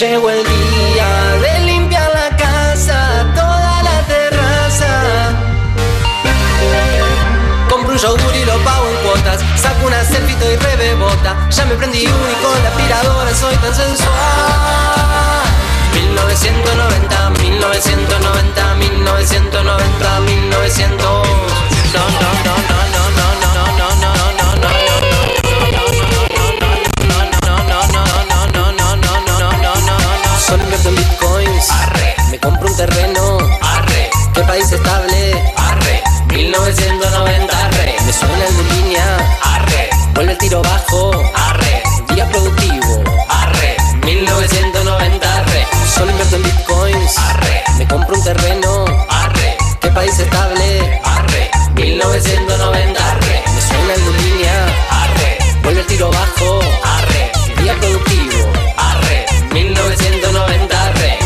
Llegó el día de limpiar la casa, toda la terraza. Compro un yogur y lo pago en cuotas. Saco una selfie y rebebota. Ya me prendí uno y con la aspiradora soy tan sensual. 1990, 1990, 1990, 1900. No, no, no, no, no, no, no, no, no, no, no, no, no. Solo invierto en bitcoins. Me compro un terreno. ¿Qué país estable? 1990. Me suena en línea. Vuelve el tiro bajo. Día productivo. 1990. Solo invierto en bitcoins. Me compro un terreno. ¿Qué país estable? 1990. Me suena en línea. Vuelve el tiro bajo. Día productivo. 1990. Re.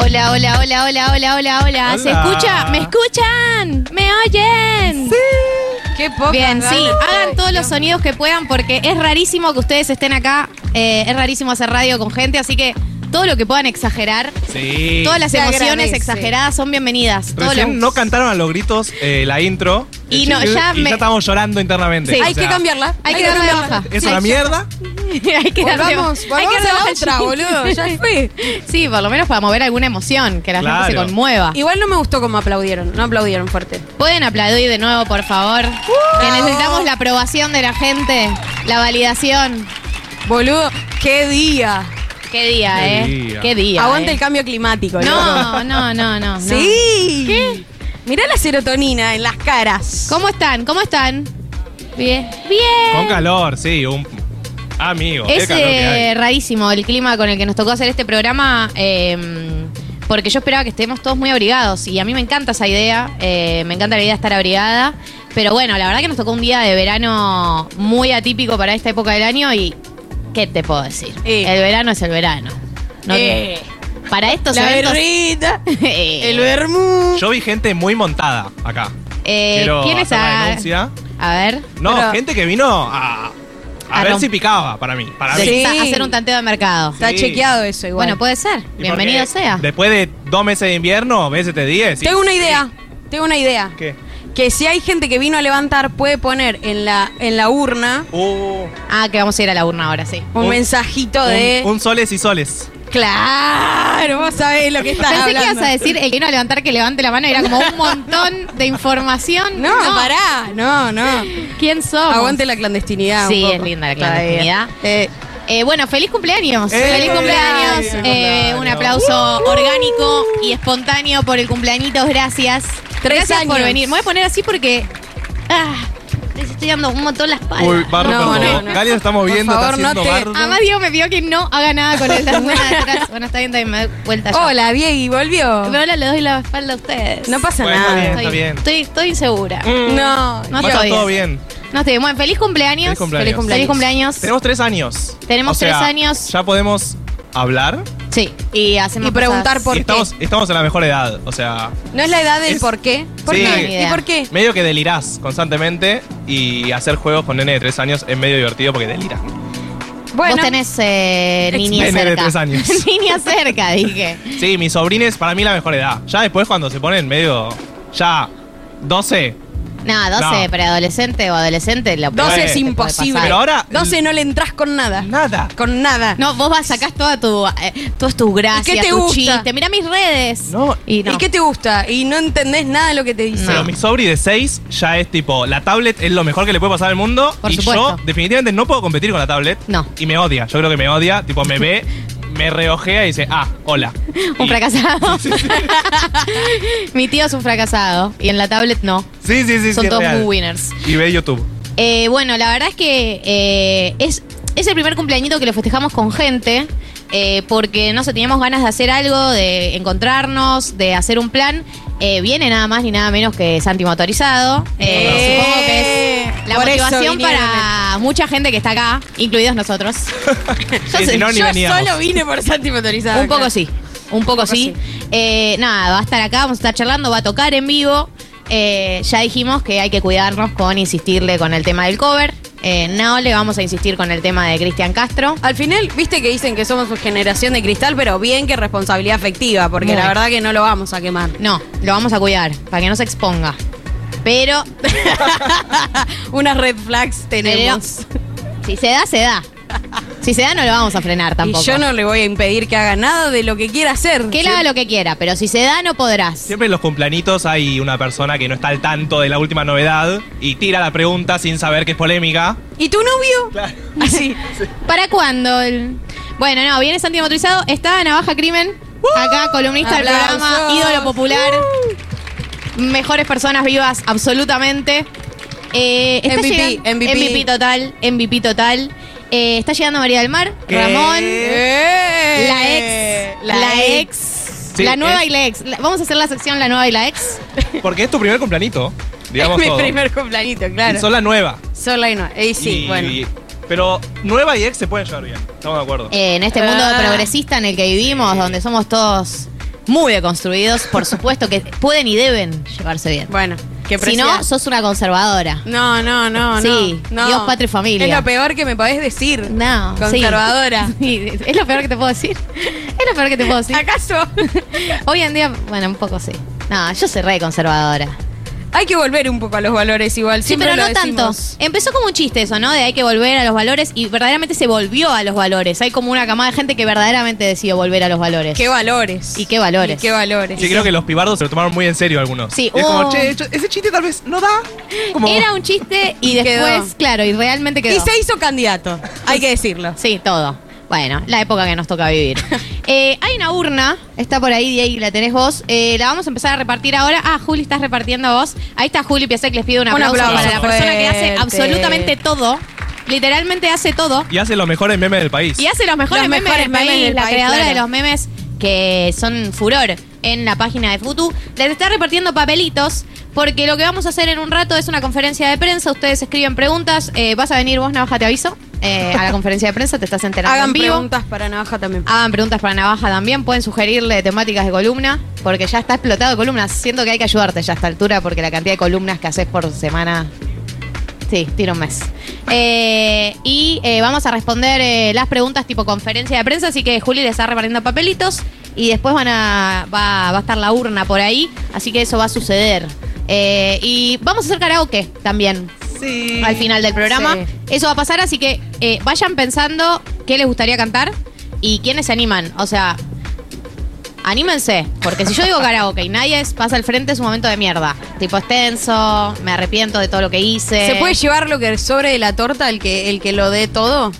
Hola, hola, hola, hola, hola, hola, hola. ¿Se Hola. escucha? ¿Me escuchan? ¿Me oyen? Qué poco. Bien, sí, hagan todos los sonidos que puedan porque es rarísimo que ustedes estén acá, eh, es rarísimo hacer radio con gente, así que todo lo que puedan exagerar, Sí. todas las Se emociones agradece. exageradas son bienvenidas. todo lo- Recién no cantaron a los gritos eh, la intro. Y no, ya y me- estábamos llorando internamente. Sí. O Hay sea, que cambiarla. Hay que darle de baja. Es una mierda. hay que darle Volvamos, hay volvamos que a darle la baja. otra, boludo. Ya fue. Sí, por lo menos para mover alguna emoción, que la gente se Claro. conmueva. Igual no me gustó cómo aplaudieron. No aplaudieron fuerte. Pueden aplaudir de nuevo, por favor. Que necesitamos la aprobación de la gente, la validación. Boludo, qué día. Qué día, Qué ¿eh? día. Qué día. Aguante eh. el cambio climático. loco. No, no, no, no. no. Sí. ¿Qué? Mirá la serotonina en las caras. ¿Cómo están? ¿Cómo están? Bien. Bien. Con calor, sí. Un... Amigo. qué Es calor que eh, hay. rarísimo el clima con el que nos tocó hacer este programa. eh, porque yo esperaba que estemos todos muy abrigados y a mí me encanta esa idea, eh, me encanta la idea de estar abrigada, pero bueno, la verdad que nos tocó un día de verano muy atípico para esta época del año y ¿qué te puedo decir? Eh. El verano es el verano. ¿no? Eh. Para estos La eventos- berrita. Eh. El vermú. Yo vi gente muy montada acá. Eh, Quiero ¿Quién es hacer una a- denuncia. A ver. No, Pero- gente que vino a, a A ver romp- si picaba para mí. Para Sí. mí. Está- Hacer un tanteo de mercado. Está Sí. chequeado eso igual. Bueno, puede ser. Y Bienvenido porque sea. Después de dos meses de invierno, meses de 10. Tengo una idea. Tengo una idea. ¿Qué? Que si hay gente que vino a levantar, puede poner en la, en la urna Uh, Ah, que vamos a ir a la urna ahora, sí. un, Un- mensajito un- de. un soles y soles. Claro, vos sabés lo que estás Pensé hablando. que ibas a decir el que vino a levantar que levante la mano y era como un montón de información. No, pará, no, no. ¿Quién somos? Aguante la clandestinidad. un Sí, poco. es linda la Está bien. clandestinidad. Eh, Eh, bueno, feliz cumpleaños. ¡Eh! Feliz cumpleaños. Feliz Eh, cumpleaños. un Uh, aplauso orgánico y espontáneo por el cumpleañitos. Gracias. Tres gracias por años. venir. Me voy a poner así porque. Ah, les estoy dando un montón la espalda. Uy, barro, No, perdón. no, no. Galia, estamos Por viendo, favor, está no haciendo te- bardo. Además, Diego me pidió que no haga nada con esta Bueno, está bien, también me doy vuelta yo. hola, Diego, volvió. Pero ahora le doy la espalda a ustedes. No pasa Bueno, está nada. Mm. bien, está estoy, bien. Estoy, estoy insegura. No, No Bueno, está todo bien. bien. No estoy bien. Bueno, feliz cumpleaños. Feliz cumpleaños. Feliz cumpleaños. Tenemos tres años. Tenemos O sea, tres años. Ya podemos hablar. Sí. Y hacemos Y preguntar cosas- ¿Por y qué? estamos, estamos en la mejor edad. O sea, no es la edad del Es- por qué. ¿Por Sí. Ni qué? idea. ¿Y por qué? medio que delirás constantemente y hacer juegos con nene de tres años es medio divertido porque delirás. Bueno, Vos tenés eh, niña Nene cerca. de tres años. niña cerca, dije. Sí, mis sobrines para mí la mejor edad. Ya después cuando se ponen medio ya 12. No, 12 No. preadolescente o adolescente. Lo peor 12 que es te puede imposible. pasar. Pero ahora- 12 no le entras con nada. Nada. Con nada. No, vos vas, sacás toda tu, eh, todas tus gracias, ¿Y qué te tu gusta? chiste. Mirá mis redes. No, Y no. ¿Y qué te gusta? Y no entendés nada de lo que te dice. Pero mi sobri de 6 ya es tipo, la tablet es lo mejor que le puede pasar al mundo. Por y supuesto. yo definitivamente no puedo competir con la tablet. No. Y me odia. Yo creo que me odia. Tipo, me ve, me reojea y dice, ah, hola. Un Y- fracasado. Mi tío es un fracasado. Y en la tablet no. Sí, sí, sí. Son sí, todos real. muy winners. Y ve YouTube. Eh, bueno, la verdad es que eh, es, es el primer cumpleañito que lo festejamos con gente, eh, porque no sé, teníamos ganas de hacer algo, de encontrarnos, de hacer un plan. Eh, viene nada más ni nada menos que Santi Motorizado. Eh, Eh, supongo que es la por eso motivación vinieron. para mucha gente que está acá, incluidos nosotros. Yo Sí, sé, si no, ni Yo veníamos. solo vine por Santi Motorizado. un poco claro. sí. Un poco sí. Eh, nada, va a estar acá, vamos a estar charlando, va a tocar en vivo. Eh, ya dijimos que hay que cuidarnos con insistirle con el tema del cover. Eh, no le vamos a insistir con el tema de Cristian Castro. Al final, viste que dicen que somos generación de cristal, pero bien que responsabilidad afectiva, porque Muy. la verdad que no lo vamos a quemar. No, lo vamos a cuidar para que no se exponga. Pero, Unas red flags tenemos. si se da, se da. Si se da, no lo vamos a frenar tampoco. Y yo no le voy a impedir que haga nada de lo que quiera hacer. Que él haga lo que quiera, pero si se da, no podrás. Siempre en los cumplanitos hay una persona que no está al tanto de la última novedad y tira la pregunta sin saber que es polémica. ¿Y tu novio? Claro. Así. Ah, ¿Para cuándo? el- Bueno, no, viene Santi Motorizado, está Navaja Crimen, acá, columnista del Aplausos. programa, ídolo popular, mejores personas vivas, absolutamente. Eh, está MVP, llegando- MVP. MVP total, MVP total. Eh, está llegando María del Mar, ¿Qué? Ramón, ¡Eh! la ex, la, ex, Sí, la nueva es- y la ex. La- Vamos a hacer la sección la nueva y la ex. Porque es tu primer cumplanito. Es Digamos mi todo. primer cumpleañito, Y claro. son la nueva. Sola y no. Y sí, Y- bueno. Pero nueva y ex se pueden llevar bien. Estamos de acuerdo. Eh, en este mundo Ah. progresista en el que vivimos, donde somos todos muy deconstruidos, por supuesto que pueden y deben llevarse bien. Bueno, que si no, sos una conservadora. No, no, no, Sí, no. no. Dios, patria y familia. Es lo peor que me podés decir. No, sí. Conservadora. Sí, es lo peor que te puedo decir. Es lo peor que te puedo decir. ¿Acaso? Hoy en día, bueno, un poco sí. No, yo soy re conservadora. Hay que volver un poco a los valores igual. Sí, Siempre pero no lo tanto. decimos. Empezó como un chiste eso, ¿no? De hay que volver a los valores y verdaderamente se volvió a los valores. Hay como una camada de gente que verdaderamente decidió volver a los valores. ¿Qué valores? Y qué valores. Y qué valores. Sí, creo que los pibardos se lo tomaron muy en serio algunos. Sí, es como, oh. che, yo- ese chiste tal vez no da. Como, Era un chiste y Y quedó. después, claro, y realmente quedó. Y se hizo candidato, hay que decirlo. Sí, todo. Bueno, la época que nos toca vivir. Eh, hay una urna, está por ahí, Diego, la tenés vos. Eh, la vamos a empezar a repartir ahora. Ah, Juli, estás repartiendo vos. Ahí está Juli Piasek, les pido un Un aplauso, aplauso para la persona que hace fuerte. absolutamente todo. Literalmente hace todo. Y hace los mejores memes del país. Y hace los mejores, Los memes, mejores del país, memes del la país, creadora claro. de los memes que son furor en la página de Futu. Les está repartiendo papelitos porque lo que vamos a hacer en un rato es una conferencia de prensa. Ustedes escriben preguntas. Eh, vas a venir vos, Navaja, te aviso, eh, a la conferencia de prensa. Te estás enterando Hagan en vivo. preguntas para Navaja también. Hagan preguntas para Navaja también. Pueden sugerirle temáticas de columna porque ya está explotado de columnas. Siento que hay que ayudarte ya a esta altura porque la cantidad de columnas que haces por semana Sí, tiro un mes. Eh, y eh, vamos a responder eh, las preguntas tipo conferencia de prensa, así que Juli les está repartiendo papelitos y después van a, va, va a estar la urna por ahí, así que eso va a suceder. Eh, y vamos a hacer karaoke también Sí. al final del programa. Sí. Eso va a pasar, así que eh, vayan pensando qué les gustaría cantar y quiénes se animan. O sea, anímense, porque si yo digo karaoke y nadie es- pasa al frente es un momento de mierda. Tipo, es tenso, me arrepiento de todo lo que hice. ¿Se puede llevar lo que sobre de la torta el que, el que lo dé todo?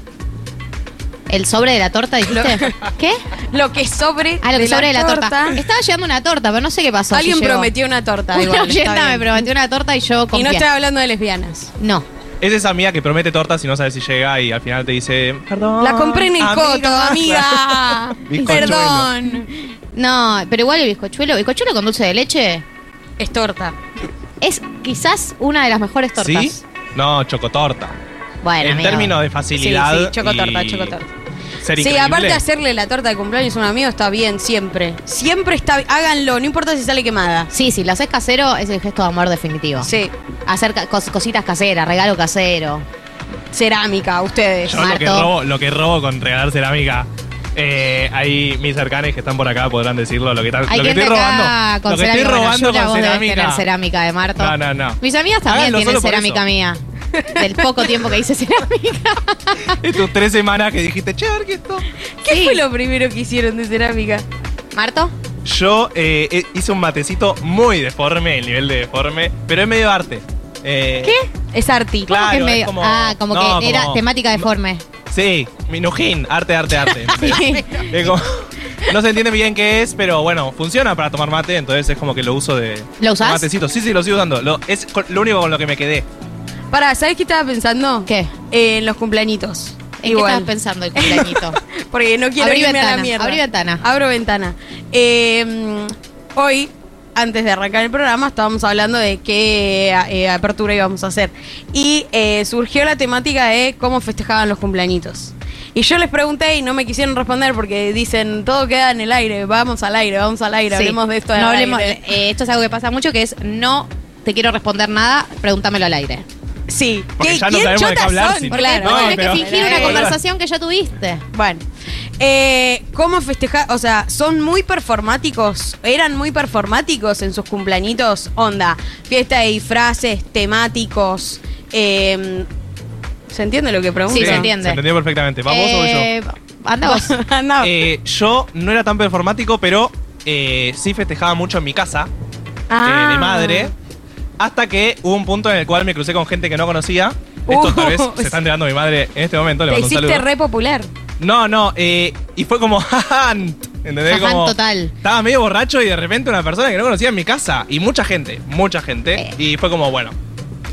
¿El sobre de la torta, dijiste? ¿Qué? Lo que sobre Ah, lo que sobre de la torta. Estaba llegando una torta, pero no sé qué pasó. si Alguien llegó. prometió una torta. Una igual, está oyenta me bien. prometió una torta y yo Y confié. no estoy hablando de lesbianas. No. Es esa amiga que promete tortas y no sabe si llega y al final te dice, perdón. La compré en el Ah, amiga". coto, amiga. Bizcochuelo. Perdón. No, pero igual el bizcochuelo. ¿Bizcochuelo con dulce de leche? Es torta. Es quizás una de las mejores tortas. ¿Sí? No, chocotorta. Bueno, en amigo. términos de facilidad. Sí, sí, chocotorta, y chocotorta. ser Sí, increíble. aparte hacerle la torta de cumpleaños a un amigo está bien, siempre. Siempre está bien. Ah, Háganlo, no importa si sale quemada. Sí, sí, lo haces casero es el gesto de amor definitivo. Sí, Hacer ca- cos- cositas caseras, regalo casero. cerámica, ustedes. Yo lo que, Marto. robo, lo que robo con regalar cerámica. Eh, ahí mis cercanes que están por acá podrán decirlo lo que, tan- Hay lo que gente estoy robando. acá con lo que cerámica. estoy Bueno, robando Yura, con vos debés cerámica. tener cerámica de Marto. No, no, no. Mis amigas también Háganlo tienen solo por cerámica eso. mía. Del poco tiempo que hice cerámica. Y tus tres semanas que dijiste, che, a ver qué es esto. ¿Qué Sí. fue lo primero que hicieron de cerámica? ¿Marto? Yo eh, eh, hice un matecito muy deforme, el nivel de deforme, pero es medio arte. Eh, ¿Qué? Es arti. Claro, que es medio- como- ah, como no, que como- era temática deforme. Sí, minujín, arte, arte, arte. Es como- no se entiende bien qué es, pero bueno, funciona para tomar mate, entonces es como que lo uso de ¿Lo usás? matecito. Sí, sí, lo sigo usando. Lo- es con- lo único con lo que me quedé. Pará, ¿sabés qué estaba pensando? ¿Qué? Eh, en los cumpleañitos. ¿En qué Igual. estabas pensando el cumpleañito? Porque no quiero Abrí irme a la ventana, mierda. abrí ventana. Abro ventana. Eh, mm, hoy, antes de arrancar el programa, estábamos hablando de qué eh, apertura íbamos a hacer. Y eh, surgió la temática de cómo festejaban los cumpleañitos. Y yo les pregunté y no me quisieron responder porque dicen, todo queda en el aire, vamos al aire, vamos al aire, Sí. hablemos de esto. No al hablemos- aire". eh, esto es algo que pasa mucho, que es no te quiero responder nada, pregúntamelo al aire. Sí. Porque ¿Qué- ya no quién sabemos de qué chotas hablar, son? si- Porque Claro. después No, tenés pero- que fingir una Eh, conversación que ya tuviste. Bueno, eh, ¿cómo festejar? O sea, son muy performáticos, eran muy performáticos en sus cumpleañitos, onda, fiesta de disfraces, temáticos. eh, ¿Se entiende lo que pregunto? Sí, se entiende. Se entendió perfectamente. ¿Vamos o voy yo? Eh, Anda vos. Andá. Eh, yo no era tan performático, pero eh, sí festejaba mucho en mi casa, Ah. eh, de madre. Hasta que hubo un punto en el cual me crucé con gente que no conocía. Esto Uh, tal vez se está enterando mi madre en este momento. Le Te mando un hiciste saludo. re popular. No, no, eh, y fue como jajan, ¿entendés? Jaján Como, total. Estaba medio borracho y de repente una persona que no conocía en mi casa. Y mucha gente, mucha gente. Eh. Y fue como, bueno,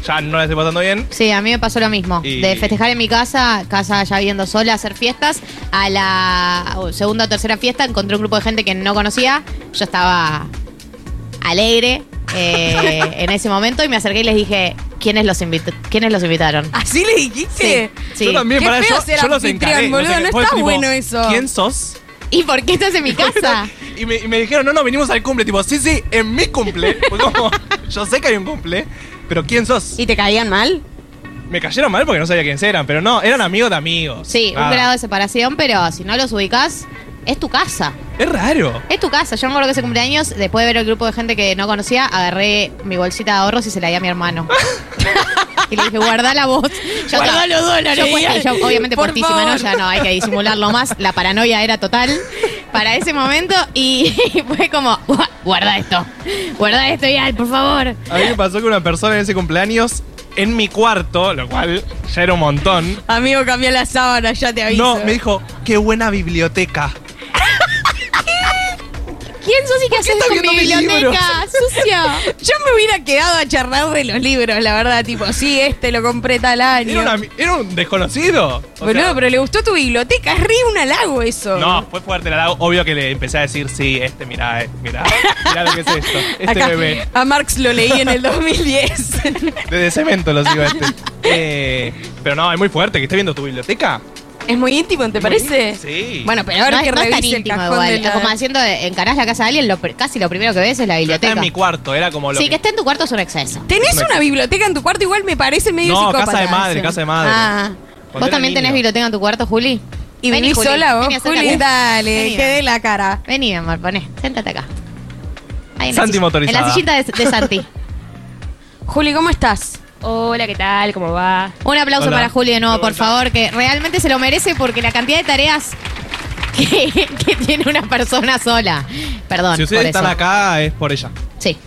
ya no la estoy pasando bien. Sí, a mí me pasó lo mismo. Y- De festejar en mi casa, casa ya viendo sola, hacer fiestas. A la segunda o tercera fiesta encontré un grupo de gente que no conocía. Yo estaba alegre eh, en ese momento y me acerqué y les dije, ¿quiénes los, invit- ¿quiénes los invitaron? ¿Así le dijiste? Sí. Yo también, Qué para feo yo, ser yo los anfitrión, encaré. boludo, sé, no fue está tipo, bueno eso. ¿Quién sos? ¿Y por qué estás en mi casa? Y me, y me dijeron, no, no, venimos al cumple. Tipo, sí, sí, en mi cumple. Fue como, yo sé que hay un cumple, pero ¿quién sos? ¿Y te caían mal? Me cayeron mal porque no sabía quiénes eran, pero no, eran amigos de amigos. Ah. Sí, un Ah. Nada. grado de separación, pero si no los ubicás, es tu casa. Es raro. Es tu casa. Yo me acuerdo que ese cumpleaños, después de ver el grupo de gente que no conocía, agarré mi bolsita de ahorros y se la di a mi hermano. y le dije, guardala vos. Yo Guardá los dólares, Yo, puesta- Ian. yo, obviamente Por puestísima, favor. ¿no? Ya no, hay que disimularlo más. La paranoia era total para ese momento y, fue como, "Gua- guarda esto. Guarda esto, Ian, por favor. A mí me pasó que una persona en ese cumpleaños, en mi cuarto, lo cual ya era un montón, Amigo, cambió la sábana, ya te aviso. no, me dijo, qué buena biblioteca. ¿Quién sos y qué haces estás con mi viendo mis libros? biblioteca? Sucio. Yo me hubiera quedado a charlar de los libros, la verdad. Tipo, sí, este lo compré tal año. Era, una- era un desconocido. O Boludo, sea, pero le gustó tu biblioteca, es re un halago eso. No, fue fuerte el halago. Obvio que le empecé a decir, sí, este, mirá, eh, mirá, mirá lo que es esto. Este Acá, bebé. A Marx lo leí en el 2010. Desde cemento lo sigo a este. Eh, pero no, es muy fuerte que esté viendo tu biblioteca. es muy íntimo, ¿te parece? Sí. Bueno, pero ahora No, que es- no es tan revise el íntimo cajón igual. de la- Como haciendo, de- encarás la casa de alguien, lo pr- casi lo primero que ves es la Pero está biblioteca. en mi cuarto, era como lo Sí, que esté en tu cuarto es un exceso. ¿Tenés No. una biblioteca en tu cuarto? Igual me parece medio No, psicópata. casa de madre, eso. casa de madre. Ah. Cuando ¿Vos era también tenés niño. biblioteca en tu cuarto, Juli? Y Vení, venís Juli. sola vos, Vení, acércate. Juli. Dale, Vení, que dé la cara. Vení, mi amor, poné. Séntate acá. Ahí en la Santi silla- motorizada. En la sillita de, de Santi. Juli, ¿cómo estás? Hola, ¿qué tal? ¿Cómo va? Un aplauso Hola. para Juli de nuevo, ¿Cómo por estás? favor, que realmente se lo merece porque la cantidad de tareas que, que tiene una persona sola. Perdón. Si ustedes por eso. están acá, es por ella. Sí.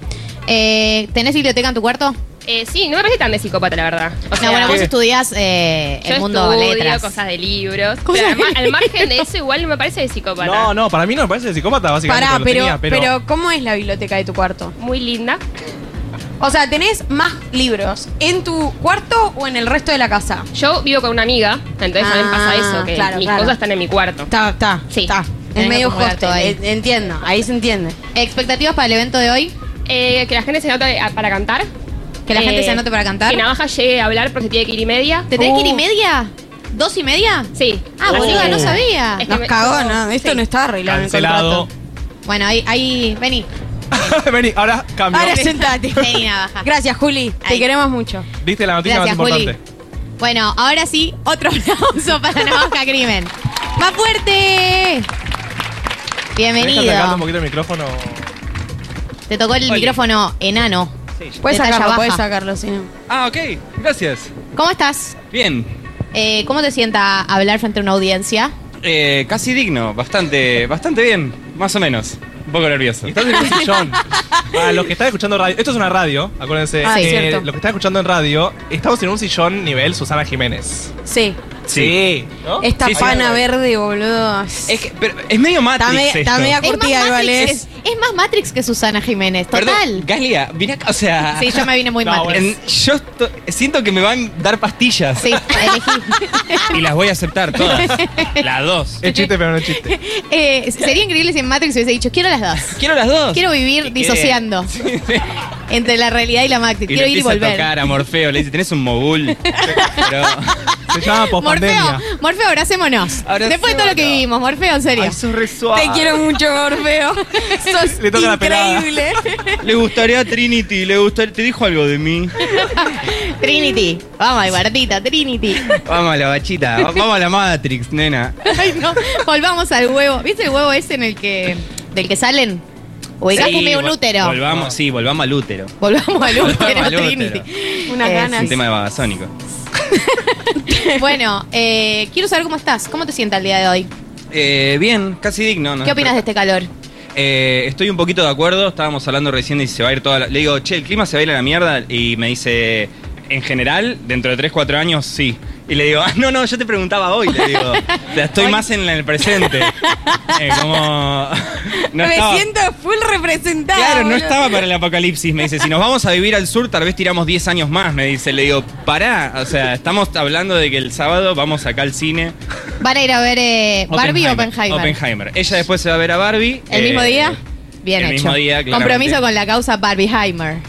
Eh, ¿Tenés biblioteca en tu cuarto? Eh, sí, no me parece tan de psicópata, la verdad. O no, bueno, vos ¿qué? estudiás eh, el yo mundo estudio letras. cosas de libros. Cosas pero de al, ma- al margen de eso, igual no me parece de psicópata. No, no, para mí no me parece psicópata, básicamente. Pará, lo pero, tenía, pero... ¿cómo es la biblioteca de tu cuarto? Muy linda. O sea, ¿tenés más libros en tu cuarto o en el resto de la casa? Yo vivo con una amiga, entonces Ah, también pasa eso, que claro, mis claro. cosas están en mi cuarto. Está, está, Sí. está. Tenés En que medio acumular hostel, todo ahí. en- entiendo, ahí se entiende. ¿Expectativas para el evento de hoy? Eh, que la gente se anote a- para cantar. Que la Eh, gente se anote para cantar. Que Navaja llegue a hablar porque tiene que ir y media. ¿Te tenés que ir y Uh. media? ¿Dos y media? Sí. Ah, Así boluda, que- no sabía. Es que Nos me- cagó, ¿no? Esto Sí. no está arreglado en el Cancelado. contrato. Bueno, ahí, ahí, vení. Vení, ahora cambio. Ahora sentate. Vení, navaja. Gracias, Juli. Te Ay. queremos mucho. Diste la noticia Gracias, más Juli. importante. Bueno, ahora sí, otro aplauso para Navaja Crimen. ¡Más fuerte! ¿Querés que acercarte un Bienvenido. poquito el micrófono. Te tocó el Oye. micrófono enano. Puedes Detalla sacarlo, baja. puedes sacarlo, si no. Ah, ok, gracias. ¿Cómo estás? Bien. Eh, ¿Cómo te sienta hablar frente a una audiencia? Eh, casi digno, bastante, bastante bien, más o menos. Un poco nervioso. Estás en un sillón. Para los que están escuchando radio, esto es una radio, acuérdense. Ah, eh, es cierto. los que están escuchando en radio, estamos en un sillón nivel Susana Jiménez. Sí. Sí. ¿No? Esta Sí, sí. pana verde, boludo. Es, que- pero es medio Matrix Está me- esto. está media- Es más, Curtida, igual ¿eh? Matrix, es. es- es más Matrix que Susana Jiménez, Perdón, ah. total. Galia, vine acá, o sea... Sí, yo me vine muy No, Matrix. en- yo esto- siento que me van a dar pastillas Sí, elegí. y las voy a aceptar todas. Las dos. Es chiste, pero no es chiste. Eh, sería increíble si en Matrix hubiese dicho, quiero las dos. Quiero las dos. Quiero vivir Que quede- disociando. Sí, sí. entre la realidad y la Matrix. Y le Quiero ir y empieza a volver. tocar a Morfeo, le dice, tenés un mogul. Pero, Se llama Morfeo, pospandemia. Morfeo, abracémonos. Abracémonos. Después de todo lo que vivimos, Morfeo, en serio. Ay, sos re suave. Te quiero mucho, Morfeo. Sos Le toca la pelada. increíble. Le gustaría a Trinity, le gustaría... ¿Te dijo algo de mí? Trinity. Vamos, Ibartita, Trinity. Vamos a la bachita, va- vamos a la Matrix, nena. Ay, no. Volvamos al huevo. ¿Viste el huevo ese en el que del que salen? Ubicás Sí, como medio un vol- útero. Volvamos, sí, volvamos al útero. Volvamos al útero, al útero. Trinity. Unas Eh, ganas. Es un tema de Babasónico. Bueno, eh, quiero saber cómo estás. ¿Cómo te sientes el día de hoy? Eh, bien, casi digno. ¿no? ¿Qué opinas de este calor? Eh, estoy un poquito de acuerdo, estábamos hablando recién de si se va a ir toda la... Le digo, che, el clima se va a ir a la mierda y me dice, en general, dentro de 3, 4 años, sí. Y le digo, "Ah, no, no, yo te preguntaba hoy, le digo, O sea, estoy más en el presente. Eh, como... no Me estaba- siento full representada. Claro, no boludo. estaba para el apocalipsis, me dice. Si nos vamos a vivir al sur, tal vez tiramos 10 años más, me dice. Le digo, pará, o sea, estamos hablando de que el sábado vamos acá al cine. ¿Van a ir a ver eh, Barbie o Oppenheimer? Oppenheimer. Ella después se va a ver a Barbie. ¿El eh, mismo día? Bien el hecho. mismo día, claramente. Compromiso con la causa Barbieheimer.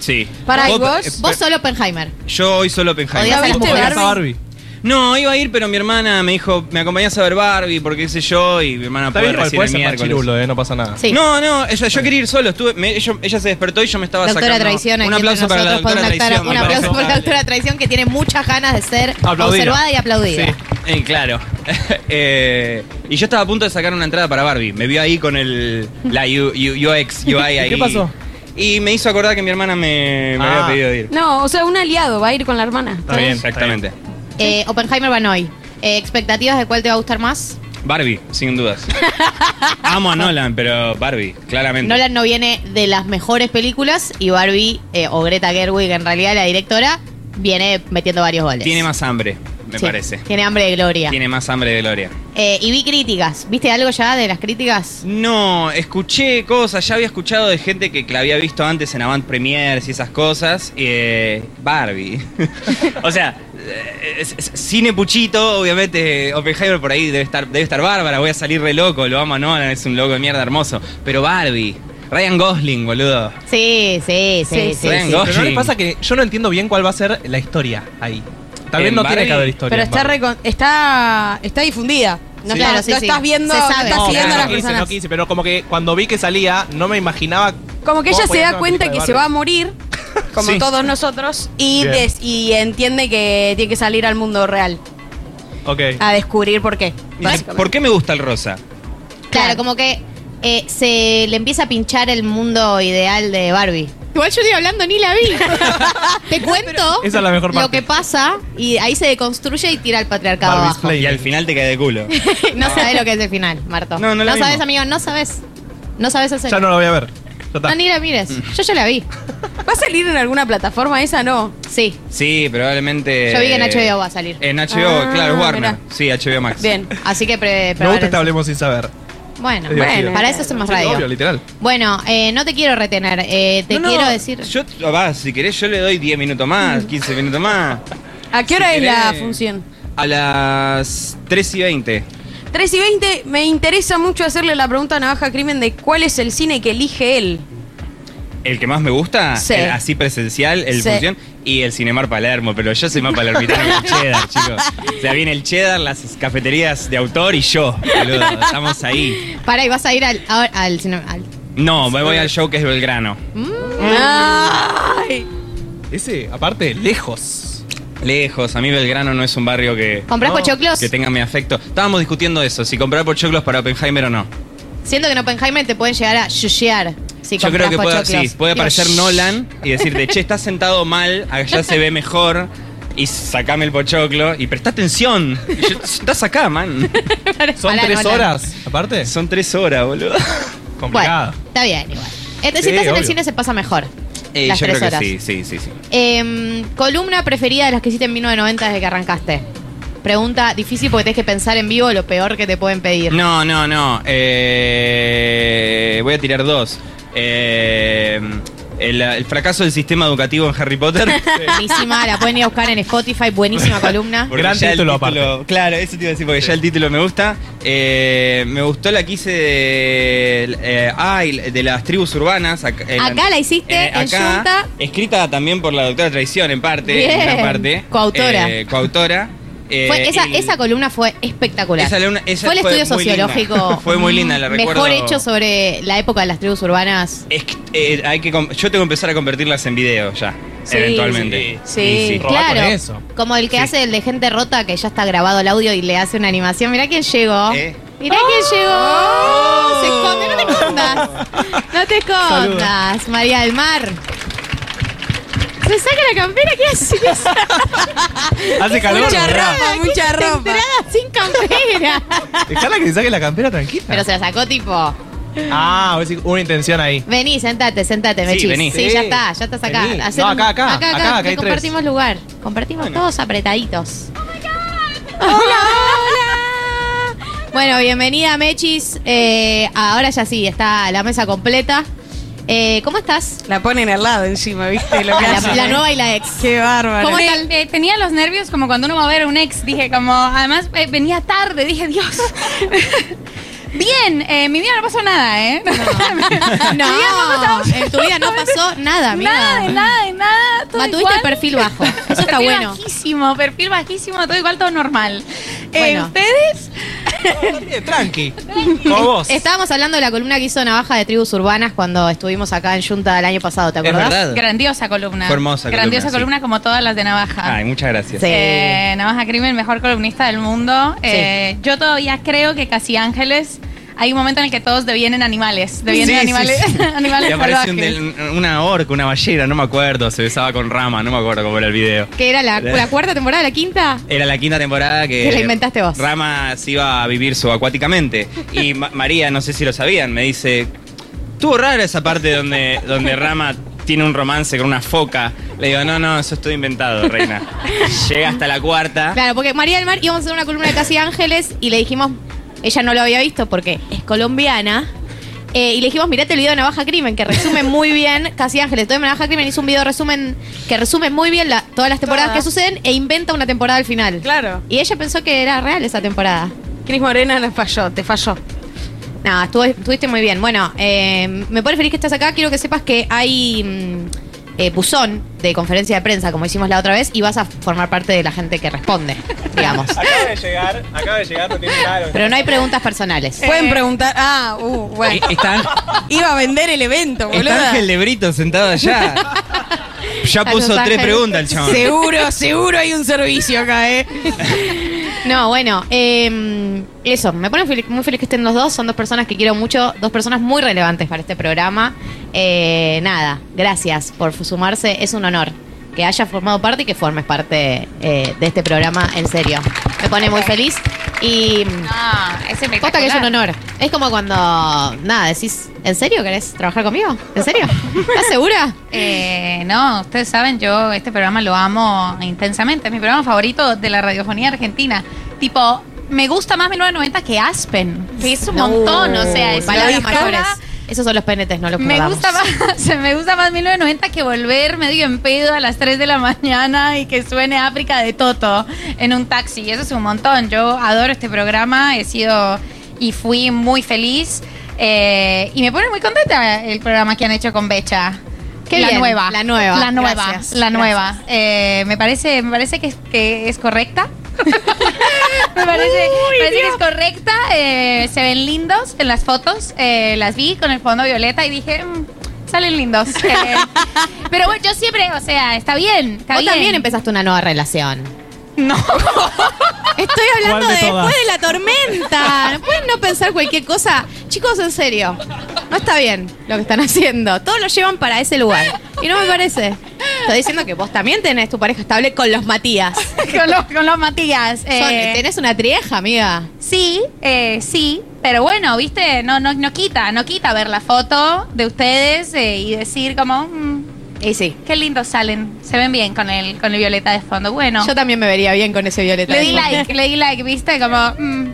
Sí. Para ¿y eh, vos, vos? vos este solo Oppenheimer. Yo hoy solo Odiaba Oppenheimer. las ¿Cómo ¿Viste podías a Barbie? Barbie? No, iba a ir, pero mi hermana me dijo, me acompañás a ver Barbie, porque qué sé yo, y mi hermana Está puede bien, igual, recién puede el ser miércoles. machirulo, eh, no pasa nada. Sí. No, no, ella, yo quería ir solo. Estuve, me- ella, ella se despertó y yo me estaba Doctora sacando. Traición, aquí un aplauso entre para la nosotros doctora por una doctora- Traición. Un me aplauso parece. por la doctora Traición que tiene muchas ganas de ser Aplaudida. observada y aplaudida. Sí. Eh, claro. Eh, y yo estaba a punto de sacar una entrada para Barbie. Me vio ahí con el la U- U- UX, UI ahí. ¿Qué pasó? Y me hizo acordar que mi hermana me, me Ah. había pedido ir. No, o sea, un aliado va a ir con la hermana. Está bien, está Exactamente. Eh, Oppenheimer van hoy. Eh, ¿Expectativas de cuál te va a gustar más? Barbie, sin dudas. Amo a Nolan, pero Barbie, claramente. Nolan no viene de las mejores películas y Barbie eh, o Greta Gerwig, en realidad la directora, viene metiendo varios goles. Tiene más hambre, me Sí, parece. Tiene hambre de gloria. Tiene más hambre de gloria. Eh, y vi críticas. ¿Viste algo ya de las críticas? No, escuché cosas, ya había escuchado de gente que, que la había visto antes en Avant Premiers y esas cosas. eh, Barbie. o sea, eh, es- es- cine puchito, obviamente, Oppenheimer por ahí debe estar, debe estar bárbara, voy a salir re loco, lo amo a Nolan, es un loco de mierda hermoso. Pero Barbie, Ryan Gosling, boludo. Sí, sí, sí, sí. Sí, sí, Ryan Gosling. Pero no les pasa que yo no entiendo bien cuál va a ser la historia ahí. Tal vez ¿En no Barbie? tiene que haber historia. Pero en está, Barbie. recon- está está difundida. No, Sí. está- Claro, sí, no sí. estás viendo, Se no sabe. estás No, siguiendo claro, no a las quise, personas. no quise, pero como que cuando vi que salía, no me imaginaba. Como cómo que ella podía se ser da una cuenta que película se de va a Barbie. morir, como Sí. todos nosotros, y, Bien. des- y entiende que tiene que salir al mundo real Ok. a descubrir por qué. Dice, ¿Por qué me gusta el rosa? Claro, como que eh, se le empieza a pinchar el mundo ideal de Barbie. Igual yo estoy hablando, ni la vi. Te cuento Esa es la mejor lo parte. que pasa y ahí se deconstruye y tira el patriarcado Barbie's abajo. Play. Y al final te cae de culo. No sabes lo que es el final, Marto. Ah. No, no la sabes, vimos. amigo, no sabes. No sabes hacer. Ya no la voy a ver. Ya está. No, ni la mires. Mm. Yo ya la vi. ¿Va a salir en alguna plataforma esa? No. Sí. Sí, probablemente. Yo vi que en HBO va a salir. En HBO, Ah, claro, es Warner. mirá. Sí, HBO Max. Bien. Así que pre Me gusta prepárense. este hablemos sin saber. Bueno, Es divertido. para eso hacemos Sí, radio. obvio, literal. Bueno, eh, no te quiero retener. eh, te No, no, quiero decir. Yo, ah, va, si querés, yo le doy 10 minutos más, 15 minutos más. ¿A qué hora Si es la querés. función? A las 3 y 20. 3 y 20, me interesa mucho hacerle la pregunta a Navaja Crimen de cuál es el cine que elige él. El que más me gusta, Sí. el así presencial, el Sí. función, y el Cinemar Palermo, pero yo soy más palermitano que el cheddar, chicos. O sea, viene el cheddar, las cafeterías de autor y yo, boludo, estamos ahí. Para, y vas a ir al, ahora- al, cine- al- No, me voy al show que es Belgrano. Ay. Ese, aparte, lejos. Lejos, a mí Belgrano no es un barrio que, ¿Comprás No, pochoclos? que tenga mi afecto. Estábamos discutiendo eso, si comprar pochoclos para Oppenheimer o no. Siento que en Oppenheimer te pueden llegar a yushear si Yo creo compras que puede, pochoclos. sí, puede Digo, aparecer "Shh". Nolan y decirte, che, estás sentado mal, allá se ve mejor, y sacame el pochoclo, y presta atención. Y yo, estás acá, man. Son Pará, tres Nolan. horas, aparte. Son tres horas, boludo. Bueno, Complicado. está bien igual. Entonces, Sí, si estás en el obvio. cine se pasa mejor. Eh, las yo tres creo horas. que sí, sí, sí, sí. Em, columna preferida de las que hiciste en 1990 desde que arrancaste. Pregunta difícil porque tenés que pensar en vivo lo peor que te pueden pedir. No, no, no. eh, voy a tirar dos. Eh, el, el fracaso del sistema educativo en Harry Potter. Buenísima, la pueden ir a buscar en Spotify, buenísima columna. Porque Gran ya el título aparte. Claro, eso te iba a decir, porque ya el título me gusta. Eh, me gustó la quise de, eh, ay, de las tribus urbanas. Acá, en Acá la hiciste, eh, en Yunta. Escrita también por la doctora Traición, en parte. Bien. En gran parte. Coautora. Eh, coautora. Eh, Fue- esa, el- esa columna fue espectacular. Esa alumna- esa fue el fue estudio muy linda. sociológico Mm, Fue muy linda, la recuerdo. mejor hecho sobre la época de las tribus urbanas. Es que, eh, hay que com- yo tengo que empezar a convertirlas en video ya, Sí, eventualmente. Sí, Y sí. Robar claro. con eso. Como el que hace el de gente rota que ya está grabado el audio y le hace una animación. Mirá quién llegó. ¿Eh? Mirá quién Oh. llegó. Oh, Se esconde, no Oh. te escondas. No te escondas, María del Mar. Se saca la campera, ¿qué haces? Hace calor, Mucha ¿verdad? ropa, mucha ropa. Entrada sin campera. Dejala que se saque la campera tranquila. Pero se la sacó tipo. Ah, voy a decir, una intención ahí. Vení, sentate, sentate, Mechis. Sí, vení. ya está, ya estás acá. Vení. Hacé No, un- acá, acá, acá, acá, acá que hay tres. compartimos lugar. Compartimos todos apretaditos. hola, hola. Bueno, bienvenida, Mechis. Eh, ahora ya sí, está la mesa completa. Eh, ¿Cómo estás? La ponen al lado encima, ¿viste? Lo que Ah, La, hacen. la nueva y la ex. Qué bárbaro. ¿Cómo Te- tal? te- tenía los nervios como cuando uno va a ver a un ex, dije como, además eh, venía tarde, dije, Dios. Bien, eh, mi vida no pasó nada, ¿eh? No, en tu vida no pasó nada, amiga. nada, de nada, de nada. Todo Ma, tuviste igual. el perfil bajo. Eso está perfil bueno. bajísimo, perfil bajísimo, todo igual, todo normal. Eh, Bueno. ¿Ustedes? Eh, Tranqui. Como vos. Estábamos hablando de la columna que hizo Navaja de Tribus Urbanas cuando estuvimos acá en Junta el año pasado, ¿te Es acordás? verdad. Grandiosa columna. Fue hermosa columna, Grandiosa sí. columna como todas las de Navaja. Ay, muchas gracias. Sí. Eh, Navaja Crimen, mejor columnista del mundo. Eh, yo todavía creo que Casi Ángeles. Hay un momento en el que todos devienen animales. Devienen Sí, sí, animales. sí. animales Y aparece salvajes. un del- una orca, una ballena, no me acuerdo. Se besaba con rama, no me acuerdo cómo era el video. Que era la, la cuarta temporada, la quinta. Era la quinta temporada que. Que la inventaste vos. Rama se iba a vivir subacuáticamente. Y Ma- María, no sé si lo sabían, me dice. Estuvo rara esa parte donde, donde Rama tiene un romance con una foca. Le digo, no, no, eso es todo inventado, reina. Llega hasta la cuarta. Claro, porque María del Mar íbamos a hacer una columna de Casi Ángeles y le dijimos, ella no lo había visto porque es colombiana. eh, y le dijimos, mirate el video de Navaja Crimen, que resume muy bien Casi Ángeles. Entonces Navaja Crimen hizo un video resumen que resume muy bien la- todas las temporadas Todas. que suceden e inventa una temporada al final. Claro. Y ella pensó que era real esa temporada. Cris Morena nos falló, te falló. No, estuvo- estuviste muy bien. Bueno, eh, me pone feliz que estás acá. Quiero que sepas que hay mm, eh, buzón de conferencia de prensa, como hicimos la otra vez, y vas a formar parte de la gente que responde, digamos. Acaba de llegar, acaba de llegar, no tiene nada. Pero no hay preguntas personales. Eh. Pueden preguntar. Ah, uh, Eh, bueno. Está, Iba a vender el evento, está boluda. Ángel Lebrito sentado allá. Ya Saludos, puso Ángel. tres preguntas el chabón. Seguro, seguro hay un servicio acá, ¿eh? No, bueno, eh, eso, me pone fel- muy feliz que estén los dos, son dos personas que quiero mucho, dos personas muy relevantes para este programa. Eh, nada, gracias por sumarse, es un honor que haya formado parte y que formes parte eh, de este programa, en serio. Me pone muy feliz y Ah, es espectacular. posta que es un honor. Es como cuando, nada, decís, ¿en serio querés trabajar conmigo? ¿En serio? ¿Estás segura? Eh, no, ustedes saben, yo este programa lo amo intensamente. Es mi programa favorito de la radiofonía argentina. Tipo, me gusta más 1990 que Aspen. que Es un montón, o sea, es palabras una mayores. locura. Esos son los penetes, no los Me perdamos. gusta, más, me gusta más 1990 que volver medio en pedo a las 3 de la mañana y que suene África de Toto en un taxi. Eso es un montón. Yo adoro este programa, he sido y fui muy feliz. eh, y me pone muy contenta el programa que han hecho con Becha. Qué la bien, nueva. la nueva. La nueva. Gracias, la nueva. Eh, me parece, me parece que, es- que es correcta. Me parece, parece que es correcta. eh, se ven lindos en las fotos. eh, las vi con el fondo violeta y dije, "Mm, salen lindos. Eh, pero bueno, yo siempre, o sea, está bien. Está Vos bien. también empezaste una nueva relación. No. Estoy hablando ¿Cuál de de todas? después de la tormenta. No pueden no pensar cualquier cosa. Chicos, en serio. No está bien lo que están haciendo. Todos lo llevan para ese lugar. Y no me parece. Estoy diciendo que vos también tenés tu pareja estable con los Matías. con, los, con los Matías. eh, Son- tenés una trieja, amiga. Sí, eh, sí, pero bueno, viste, no, no, no quita, no quita ver la foto de ustedes eh, y decir como, "Mm, Y sí. qué lindos salen, se ven bien con el, con el violeta de fondo. Bueno, Yo también me vería bien con ese violeta. Le de di fondo. like, le di like, viste, como... mm,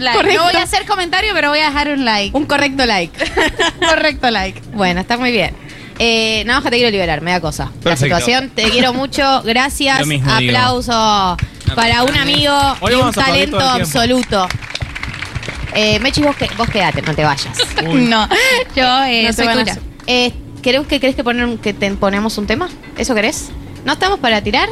like. Correcto. No voy a hacer comentario, pero voy a dejar un like. Un correcto like. correcto like. Bueno, está muy bien. Eh, nada más que te quiero liberar, me da cosa. La Perfecto. situación, te quiero mucho, gracias. Lo mismo digo. Aplauso para un grande. amigo Hoy y un vamos a aplaudir talento todo el tiempo. absoluto. Eh, Mechi, vos, que- vos quedate, no te vayas. Uy. No, yo eh, No te soy van a tuya. hacer- Eh, ¿querés que, querés que, poner un- que te ponemos un tema? ¿Eso querés? ¿No estamos para tirar?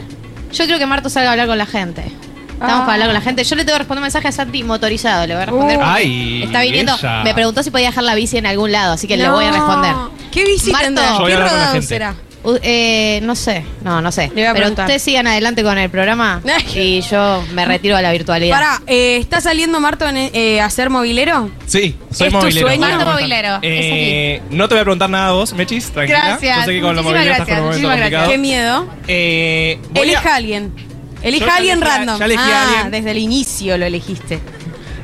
Yo creo que Marto salga a hablar con la gente. Estamos Ah. para hablar con la gente. Yo le tengo que responder mensaje a Santi motorizado. Le voy a responder. Uh. porque Ay, está viniendo. ella. Me preguntó si podía dejar la bici en algún lado, así que le voy a responder. ¿Qué visita Marto. tendrá? Yo voy a ¿Qué hablar con la rodado gente. será? U- eh, no sé, no, no sé. Le voy a Pero preguntar. ustedes sigan adelante con el programa y yo me retiro a la virtualidad. Pará, eh, ¿está saliendo Marto en, eh, a ser movilero? Sí, soy ¿Es tu movilero. sueño? Marto Movilero, Eh, no te voy a preguntar nada a vos, Mechis, tranquila. Gracias, Yo sé que con la muchísimas movilidad estás gracias, con un momento complicado. muchísimas Ah. Qué miedo. Eh, voy a- Elija a alguien. Yo Elija ya a alguien elegí a- random. ya elegí a ah, alguien. desde el inicio lo elegiste.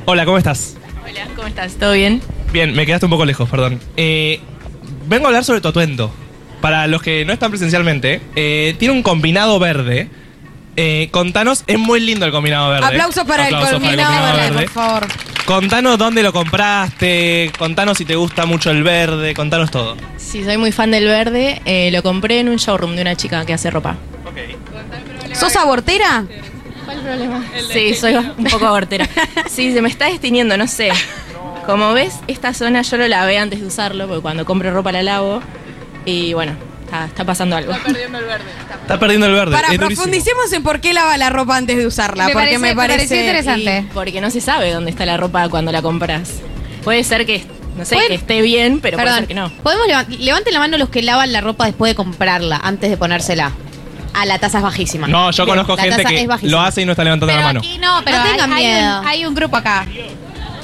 Hola, ¿cómo estás? Hola, ¿cómo estás? ¿Todo bien? Bien, me quedaste un poco lejos, perdón. Eh, vengo a hablar sobre tu atuendo. Para los que no están presencialmente, eh, tiene un combinado verde. Eh, contanos, es muy lindo el combinado verde. Aplausos para Aplausos el combinado verde, por favor. Contanos dónde lo compraste, contanos si te gusta mucho el verde, contanos todo. Sí, soy muy fan del verde. Eh, lo compré en un showroom de una chica que hace ropa. ¿Sos abortera? Sí, soy un poco abortera. Sí, se me está destiniendo, no sé. Como ves, esta zona yo lo lavé antes de usarlo, porque cuando compro ropa la lavo. Y bueno, está, está pasando algo. Está perdiendo el verde. Para, es durísimo. profundicemos en por qué lava la ropa antes de usarla. Me porque parece- me me parece. pareció interesante. Y porque no se sabe dónde está la ropa cuando la compras. Puede ser que, no sé, que esté bien, pero puede Perdón, ser que no. podemos leva- levanten la mano los que lavan la ropa después de comprarla, antes de ponérsela. A la tasa es bajísima. No, yo Bien, conozco la gente tasa es que bajísima. lo hace y no está levantando la Pero mano. aquí no, pero No hay- tengan hay, miedo. Un, hay un grupo acá.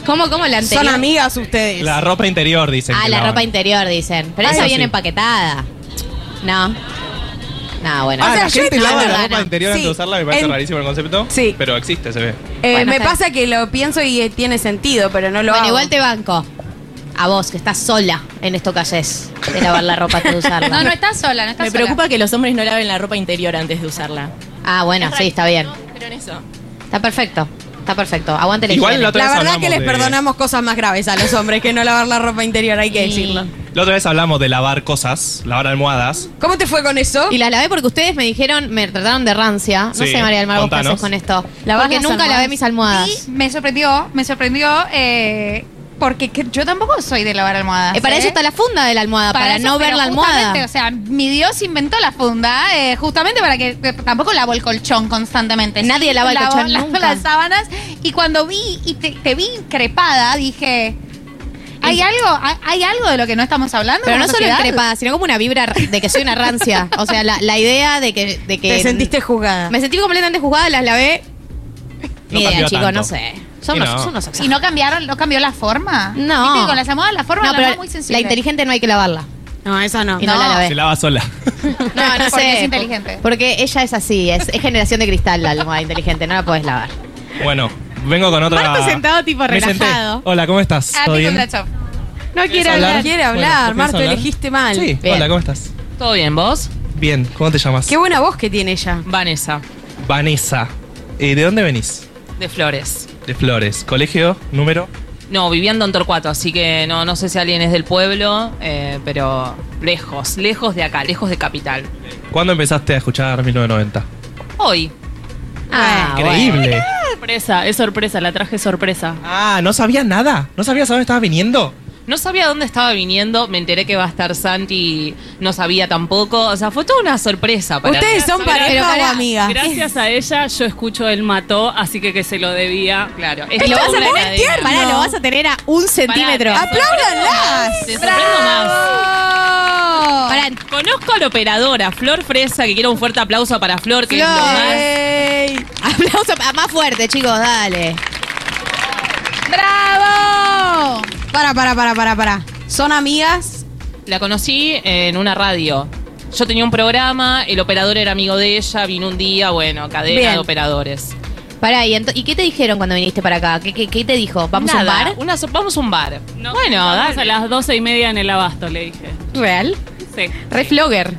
¿Cómo, cómo la anterior? Son amigas ustedes. La ropa interior, dicen. Ah, que la lavan. ropa interior, dicen. Pero Ah, esa eso viene sí. empaquetada. No. No, bueno. Ah, la yo gente no- lava no, la no, ropa no. interior antes Sí. de usarla, me parece En- rarísimo el concepto. Sí. Pero existe, se ve. Eh, Bueno, me está pasa que lo pienso y eh, tiene sentido, pero no lo bueno, hago. igual te banco. A vos, que estás sola en esto que haces de lavar la ropa antes de usarla. No, no estás sola, no estás Me sola. preocupa que los hombres no laven la ropa interior antes de usarla. Ah, bueno, sí, está bien. Pero en eso. Está perfecto. Está perfecto. Aguante la Igual higiene. la otra La vez verdad hablamos que les de- perdonamos cosas más graves a los hombres que no lavar la ropa interior, hay que decirlo. La otra vez hablamos de lavar cosas, lavar almohadas. ¿Cómo te fue con eso? Y las lavé porque ustedes me dijeron, me trataron de rancia. No Sí, sé, María del Mar, vos qué contanos. haces con esto. ¿Lavás porque las nunca almohadas? lavé mis almohadas. Y me sorprendió, me sorprendió eh, porque que- yo tampoco soy de lavar almohadas. Eh, para ¿eh? eso está la funda de la almohada, para, eso, no ver pero la justamente, almohada. O sea, mi Dios inventó la funda eh, justamente para que que tampoco lavo el colchón constantemente. Nadie lava el Lavo- colchón lavo nunca. las sábanas y cuando vi y te, te vi increpada dije, hay algo, hay, hay algo de lo que no estamos hablando. Pero como no solo sociedad? increpada, sino como una vibra de que soy una rancia. O sea, la, la idea de que, de que. te sentiste jugada. Me sentí completamente jugada, las lavé. No Ni idea, cambió chicos, tanto. no sé. Son Y unos, no. son unos Y no cambiaron, no cambió la forma. No. Viste que Con las almohadas la forma No, la pero muy sensible. la inteligente no hay que lavarla. No, eso no. Y no, No. la Se lavé. lava sola. No, no Porque sé. es inteligente. Porque ella es así, es, es generación de cristal la almohada inteligente, no la podés lavar. bueno, vengo con otra. Marto sentado, tipo, Me senté. relajado. Hola, ¿cómo estás? Ah, ¿Todo Nico bien? Brachov. No quiere hablar. No quiere Bueno, hablar, ¿querés Marto, hablar? elegiste mal. Sí. Bien. Hola, ¿cómo estás? Todo bien, ¿vos? Bien, ¿cómo te llamas? Qué buena voz que tiene ella. Vanessa, Vanessa. Eh, ¿De dónde venís? de Flores. De Flores. ¿Colegio? ¿Número? No, viviendo en Torcuato, así que no, no sé si alguien es del pueblo, eh, pero lejos, lejos de acá, lejos de capital. ¿Cuándo empezaste a escuchar 1990? Hoy. Ah, bueno. Increíble. Sorpresa, es sorpresa, la traje sorpresa. Ah, ¿no sabías nada? ¿No sabías a dónde estabas viniendo? No sabía dónde estaba viniendo, me enteré que va a estar Santi, no sabía tampoco. O sea, fue toda una sorpresa para ¿Ustedes mí. son Pero pareja o pará, amigas? Gracias a ella yo escucho El Mató, así que que se lo debía. Claro, Y es lo vas a una tener cadena. tierno. Pará, lo vas a tener a un centímetro. Pará, ¡Apláudanlas! Te sorprendo más. Pará, Conozco a la operadora, Flor Fresa, que quiero un fuerte aplauso para Flor, que es lo más. Ey. aplauso pa- más fuerte, chicos, dale. ¡Bravo! Para, para, para, para, para. ¿Son amigas? La conocí en una radio. Yo tenía un programa, el operador era amigo de ella, vino un día, bueno, cadena Bien. de operadores. Pará, ¿y, ento- ¿y qué te dijeron cuando viniste para acá? ¿Qué, qué- qué te dijo? ¿Vamos Nada, a un bar? una so- vamos a un bar. No, bueno, vamos dale. a las doce y media en el abasto, le dije. ¿Real? Sí, Re flogger.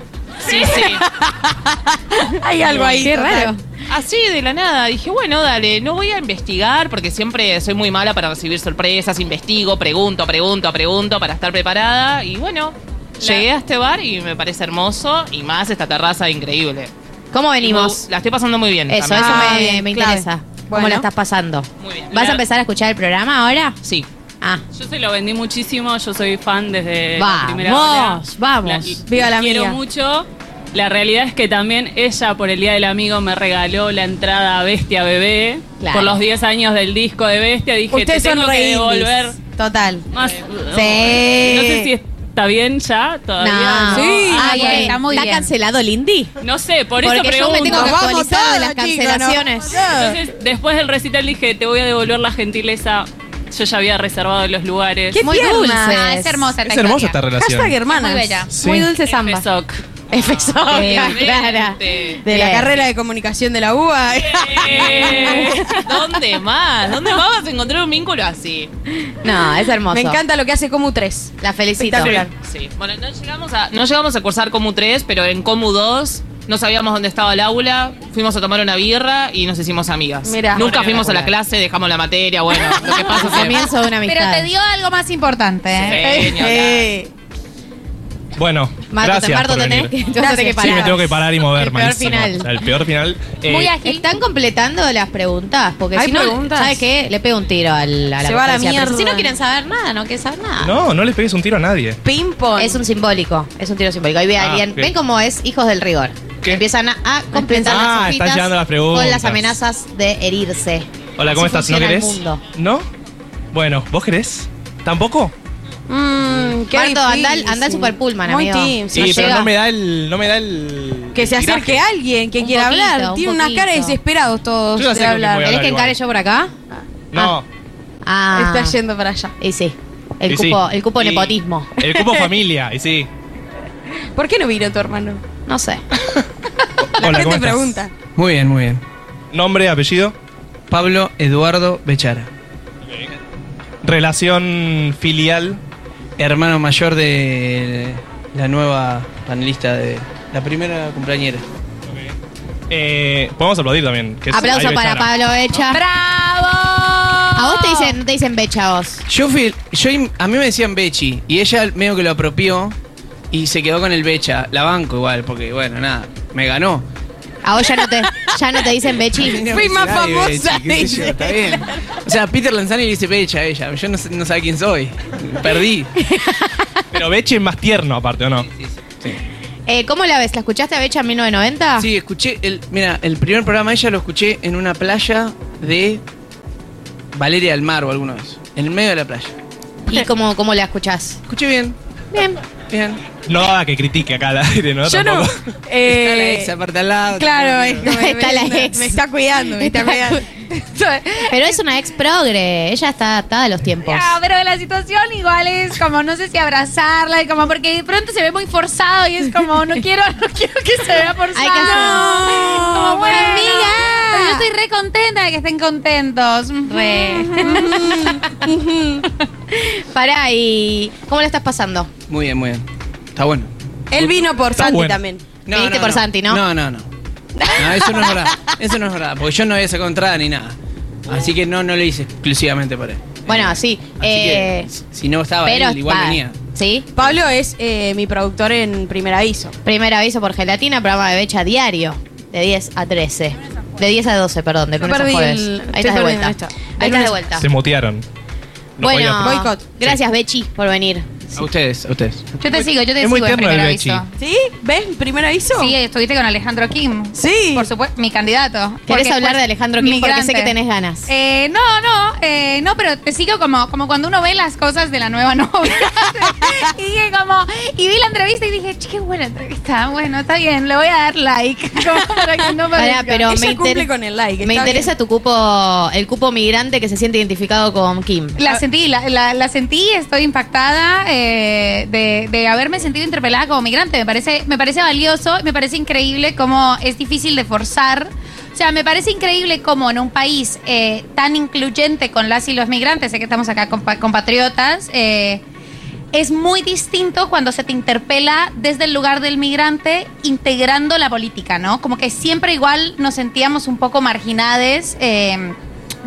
sí, sí. Hay algo ahí. Qué total. raro. Así de la nada, dije, bueno, dale, no voy a investigar porque siempre soy muy mala para recibir sorpresas, investigo, pregunto, pregunto, pregunto para estar preparada y bueno, Llegué a este bar y me parece hermoso y más esta terraza increíble. ¿Cómo venimos? La estoy pasando muy bien. Eso, también. eso Ah, me, bien, me claro. interesa. ¿Cómo Bueno. la estás pasando? Muy bien. ¿Vas a La- empezar a escuchar el programa ahora? Sí. Ah, Yo se lo vendí muchísimo, yo soy fan desde la primera hora. vamos, vamos. La- Viva la quiero mía. mucho. La realidad es que también ella, por el Día del Amigo, me regaló la entrada a Bestia Bebé. Claro. Por los 10 años del disco de Bestia, dije, Ustedes te son tengo que re devolver indies. Total. más... Sí. No sé si está bien ya, todavía. No. Eh. Sí. Ah, Está bien. está muy ¿Está bien. cancelado Lindy? No sé, por eso Porque yo pregunto. me tengo que Nos vamos actualizar de las todas, chicos, cancelaciones. nos vamos todas. Entonces, después del recital dije, te voy a devolver la gentileza. Yo ya había reservado los lugares. Qué Muy tierna. dulces. Ah, es hermosa esta Es hermosa esta historia. relación. Hashtag hermanas. Muy bella. Sí. Muy dulce samba. F-Soc. Efeso. Clara. Obviamente. De la Bien. carrera de comunicación de la UBA. Eh, ¿Dónde más? ¿Dónde más vas a encontrar un vínculo así? No, es hermoso. Me encanta lo que hace Comu 3. La felicito. Sí. Bueno, no llegamos, a, no llegamos a cursar Comu 3, pero en Comu 2 no sabíamos dónde estaba el aula, fuimos a tomar una birra y nos hicimos amigas. Mirá. Nunca fuimos a la clase, dejamos la materia, bueno, lo que pasa El siempre. comienzo de una amistad. Pero te dio algo más importante. ¿eh? Sí, ni hablar. Bueno, Marto, gracias Marto, por tenés venir. que, te vas a tener que Gracias, Sí, parar. me tengo que parar y moverme. peor es una- final. El peor final. Eh, Muy ágil. Están completando las preguntas, porque ¿Hay si no, preguntas? ¿sabes qué? Le pego un tiro al, a la Se va a la conferencia de prensa. mierda. Si no quieren saber nada, no quieren saber nada. No, no les pegues un tiro a nadie. Ping-pong. Es un simbólico, es un tiro simbólico. Ahí ve a Ah, alguien, ok. ven cómo es Hijos del Rigor. ¿Qué? Empiezan a, a completar Ah, las están hojitas llegando las preguntas. con las amenazas de herirse. Hola, ¿cómo Así estás? ¿No funciona el querés? mundo. ¿No? Bueno, ¿vos querés? ¿Tampoco? Mm, qué Marto, difícil. anda al- anda al super pullman, Muy amigo. team. Sí, no pero llega. no me da el. No me da el. Que se el acerque tiraje. alguien que Un quiera poquito, hablar. un Tiene una cara de poquito. desesperados todos Yo ya sé de con quién voy a hablar. ¿Querés que igual. encare yo por acá? No. Ah. Está yendo para allá. Y sí. El y sí. cupo, el cupo Y- nepotismo. El cupo familia, y sí. ¿Por qué no vino tu hermano? No sé. La Hola, ¿cómo gente estás? pregunta. Muy bien, muy bien. Nombre, apellido. Pablo Eduardo Bechara, Relación filial. hermano mayor de la nueva panelista de la primera cumpleañera. Eh, podemos aplaudir también. que es- Aplauso ahí para Bechara. Pablo Becha. ¡Bravo! A vos te dicen, no te dicen Becha a vos. Yo fui, yo im- a mí me decían Bechi y ella medio que lo apropió y se quedó con el Becha, la banco igual, porque bueno, nada, me ganó. A vos ya no te, ya no te dicen Bechi. Fui más famosa, dice, está bien. O sea, Peter Lanzani le dice Becha a ella, yo no, sé- no sabe quién soy, perdí. Pero Beche es más tierno, aparte, ¿o no? Eh, ¿Cómo la ves? ¿La escuchaste a Becha en 1990? Sí, escuché, el, mira, el primer programa de ella lo escuché en una playa de Valeria del Mar o alguno de esos, en el medio de la playa. ¿Y cómo, cómo la escuchás? Escuché bien, Bien. bien. No haga que critique acá al aire, ¿no? Yo no. Tampoco. Está la eh, ex aparte al lado. Claro, es como- Está la me- ex. Me está cuidando, me está cuidando. Pero es una ex progre. Ella está adaptada a los tiempos. Ah, pero la situación igual es como no sé si abrazarla y como porque de pronto se ve muy forzado y es como no quiero no quiero que se vea forzado. Hay que hacer- como bueno, amiga. Pero yo estoy re contenta de que estén contentos. Pará, ¿y cómo la estás pasando? Muy bien, muy bien. Está bueno. Él vino por Está Santi bueno. también. Viniste por Santi, ¿no? No, no, no. No, eso no es verdad. Eso no es verdad, porque yo no había sacado entrada ni nada. Así que no, no lo hice exclusivamente por él. Bueno, sí. Así eh, que, si- si no estaba pero él, Ah, igual está- venía. Sí. Pablo es eh, mi productor en primer aviso. Primer aviso por gelatina, programa de Becha diario. De 10 a 13. De 10 a 12, perdón, de Yo lunes a perdí jueves. el- Ahí estoy estás de perdiendo vuelta. esta. Ahí El estás de lunes- vuelta. Se mutearon. No bueno, podía- Boicot. gracias Bechi por venir. A ustedes, a ustedes. Yo te sigo, yo es te sigo muy en tierno primer el aviso. Bechi. ¿Sí? ¿Ves? ¿Primer aviso? Sí, estuviste con Alejandro Kim. Sí. Por supuesto, mi candidato. ¿Querés Porque hablar fue de Alejandro Kim? Porque sé migrante. que tenés ganas. Eh, no, no, eh, no, pero te sigo como, como cuando uno ve las cosas de la nueva novia. y dije como, y vi la entrevista y dije, "Che, qué buena entrevista, bueno, está bien, le voy a dar like. Como para que no Pará, parezca. pero Ella me cumple inter- con el like. Me está interesa tu cupo, el cupo migrante que se siente identificado con Kim. La sentí, la, la- la sentí, estoy impactada eh, de, de haberme sentido interpelada como migrante. Me parece, me parece valioso, me parece increíble cómo es difícil de forzar. O sea, me parece increíble cómo en un país eh, tan incluyente con las y los migrantes, sé que estamos acá compa- compatriotas, eh, es muy distinto cuando se te interpela desde el lugar del migrante integrando la política, ¿no? Como que siempre igual nos sentíamos un poco marginades. eh,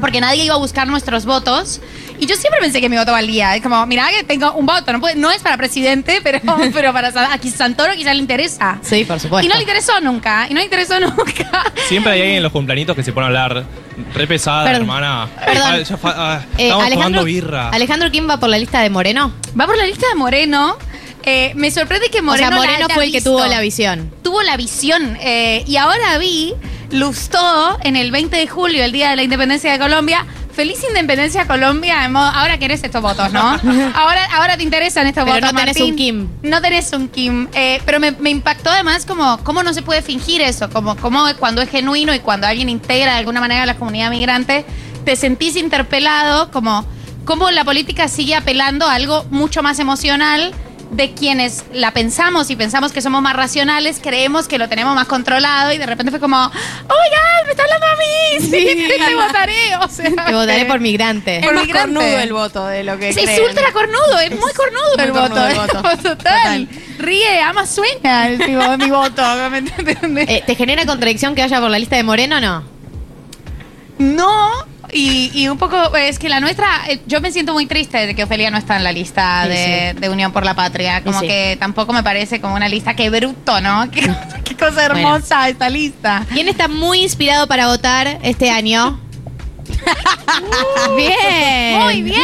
porque nadie iba a buscar nuestros votos. Y yo siempre pensé que mi voto valía. Es como, mirá que tengo un voto. No, puede- no es para presidente, pero, pero para Sa- a qui- Santoro quizás le interesa. Sí, por supuesto. Y no le interesó nunca. Y no le interesó nunca. Siempre hay alguien en los cumplanitos que se pone a hablar. Re pesada, Perdón. hermana. Perdón. Ah, ya fa- ah, Eh, estamos Alejandro, tomando birra. Alejandro Kim va por la lista de Moreno. Va por la lista de Moreno. Eh, me sorprende que Moreno. o sea, la Moreno haya fue el que visto. tuvo la visión. Tuvo la visión. eh, y ahora vi, lustó en el 20 de julio, el día de la independencia de Colombia. Feliz independencia Colombia. en modo, ahora querés estos votos, ¿no? ahora, ahora te interesan estos Pero votos. no tenés este Martín. un Kim. No tenés un Kim. Eh, pero me, me impactó además como cómo no se puede fingir eso, como, como cuando es genuino y cuando alguien integra de alguna manera a la comunidad migrante, te sentís interpelado, como cómo la política sigue apelando a algo mucho más emocional de quienes la pensamos y pensamos que somos más racionales, creemos que lo tenemos más controlado y de repente fue como, oigan, me está hablando a mí, sí, te votaré, o sea, Te votaré eh, por migrante. Es más migrante. cornudo el voto de lo Sí, es ultra cornudo, es muy cornudo muy el cornudo voto. eh. el voto. Total. Ríe, ama, sueña el tipo, mi voto. ¿me entiendes? Eh, ¿Te genera contradicción que vaya por la lista de Moreno o no? No, y, y un poco, es que la nuestra, eh, yo me siento muy triste de que Ofelia no está en la lista Sí, de, de Unión por la Patria. Como sí. que tampoco me parece como una lista, qué bruto, ¿no? Qué, qué cosa Bueno. hermosa esta lista. ¿Quién está muy inspirado para votar este año? bien. Muy bien.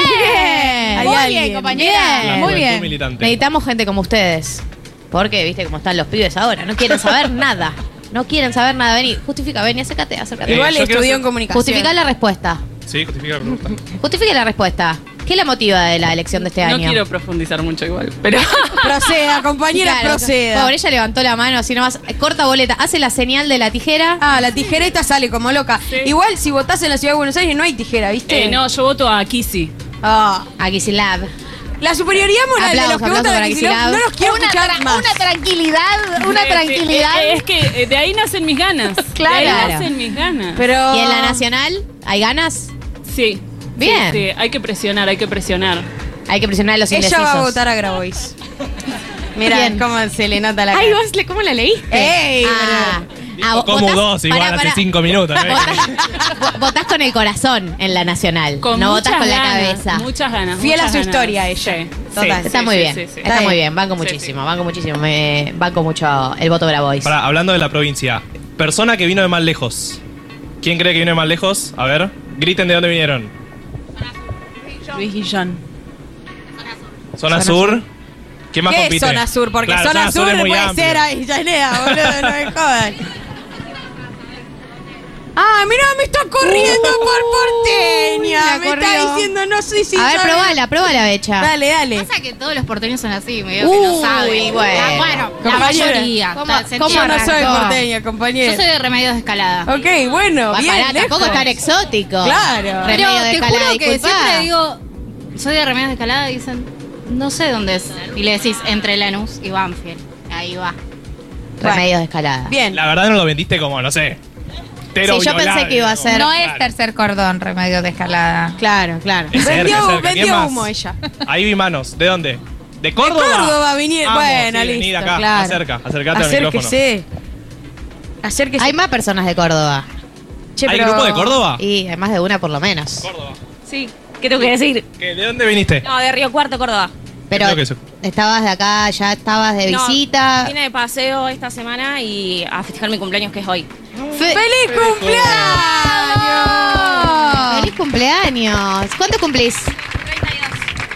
Muy bien, compañera. La Muy juventud bien. militante. Necesitamos gente como ustedes. Porque, viste cómo están los pibes ahora. No quieren saber nada. No quieren saber nada. Vení, justifica, vení, acércate, acércate. Eh, Igual yo estudió quiero hacer- en comunicación. Justifica la respuesta. Sí, justifica la pregunta. Justifica la respuesta. ¿Qué la motiva de la elección de este No año? quiero profundizar mucho igual, pero Proceda, compañera, Claro, proceda. Pobre, ella levantó la mano así nomás. eh, Corta boleta, hace la señal de la tijera. Ah, la tijereta sale como loca. Igual si votás en la ciudad de Buenos Aires no hay tijera, ¿viste? Eh, no, yo voto a Kisi. Ah. A Kicilab. La superioridad moral Aplausos, de los que aplausos votan a para Kicillof, Kicillof. no los quiero Una, escuchar tra- más. una tranquilidad, Eh, una eh, tranquilidad. eh, es que eh, de ahí nacen mis ganas. Claro. De ahí nacen mis ganas. Pero ¿Y en la nacional? ¿Hay ganas? Sí. Bien. Sí, sí, hay que presionar, hay que presionar. Hay que presionar a los Ella indecisos. va a votar a Grabois. Mira Bien. cómo se le nota la cara. Ay, vos, le- ¿cómo la leí? ¡Ey! Ah, ah, vo- Como votás- dos, igual pará, pará. hace cinco minutos. ¿eh? Vo- Votás con el corazón en la nacional. Con no muchas votás con ganas, la cabeza. Muchas ganas. Fiel a muchas su ganas. historia ella. Sí, Total. sí, Está sí, muy sí, bien, sí, sí. está Está muy bien. bien, banco Sí, muchísimo, banco muchísimo, me banco mucho el voto Bravois. Pará, hablando de la provincia. Persona que vino de más lejos. ¿Quién cree que vino de más lejos? A ver, griten de dónde vinieron. Luis Guillón. Zona, sur. ¿Quién más ¿Qué es compite? zona sur? Porque Claro, zona, sur, es muy puede amplio. ser ahí, Yanea, boludo, no me jodan. Ah, mirá, me está corriendo Uh. por porteña. la me está corrió. diciendo, no sé si. a ver, sabe- probala, probala, Becha. Dale, dale. Pasa que todos los porteños son así, me digo que no Uy, saben. bueno. Ah, bueno, la Compañera. mayoría. ¿Cómo- Está- se cómo Yo entiende. no soy arrancó. porteña, compañero. Yo soy de remedios de escalada. Ok, bueno, Va, bien. pará, tampoco lejos. tan exótico. Claro. Remedio Pero de te escalada, juro que disculpa. siempre digo, soy de remedios de escalada y dicen, no sé dónde es. Y le decís, entre Lanús y Banfield. Ahí va. Remedios de escalada. Bien. La verdad no lo vendiste como, no sé. Tero Sí, yo Violada, pensé que iba a digamos. ser- no Claro. es tercer cordón, remedio de escalada. Claro, claro. Es cerca, es Vendió, cerca. ¿Quién vendió más? humo ella. Ahí vi manos. ¿De dónde? ¿De Córdoba? Córdoba vinieron. Vamos, Bueno, sí, listo, venid acá, claro. acerca, acercate al micrófono. Acérquese. Acérquese. Hay más personas de Córdoba. Che, ¿Hay pero- grupo de Córdoba? Y hay más de una por lo menos. Córdoba. Sí, ¿qué tengo que decir? ¿Qué, ¿De dónde viniste? No, de Río Cuarto, Córdoba. Pero Creo que eso. estabas de acá, ya estabas de No, visita. Vine de paseo esta semana y a festejar mi cumpleaños que es hoy. Fe- ¡Feliz cumpleaños! ¡Feliz cumpleaños! ¿Cuánto cumplís?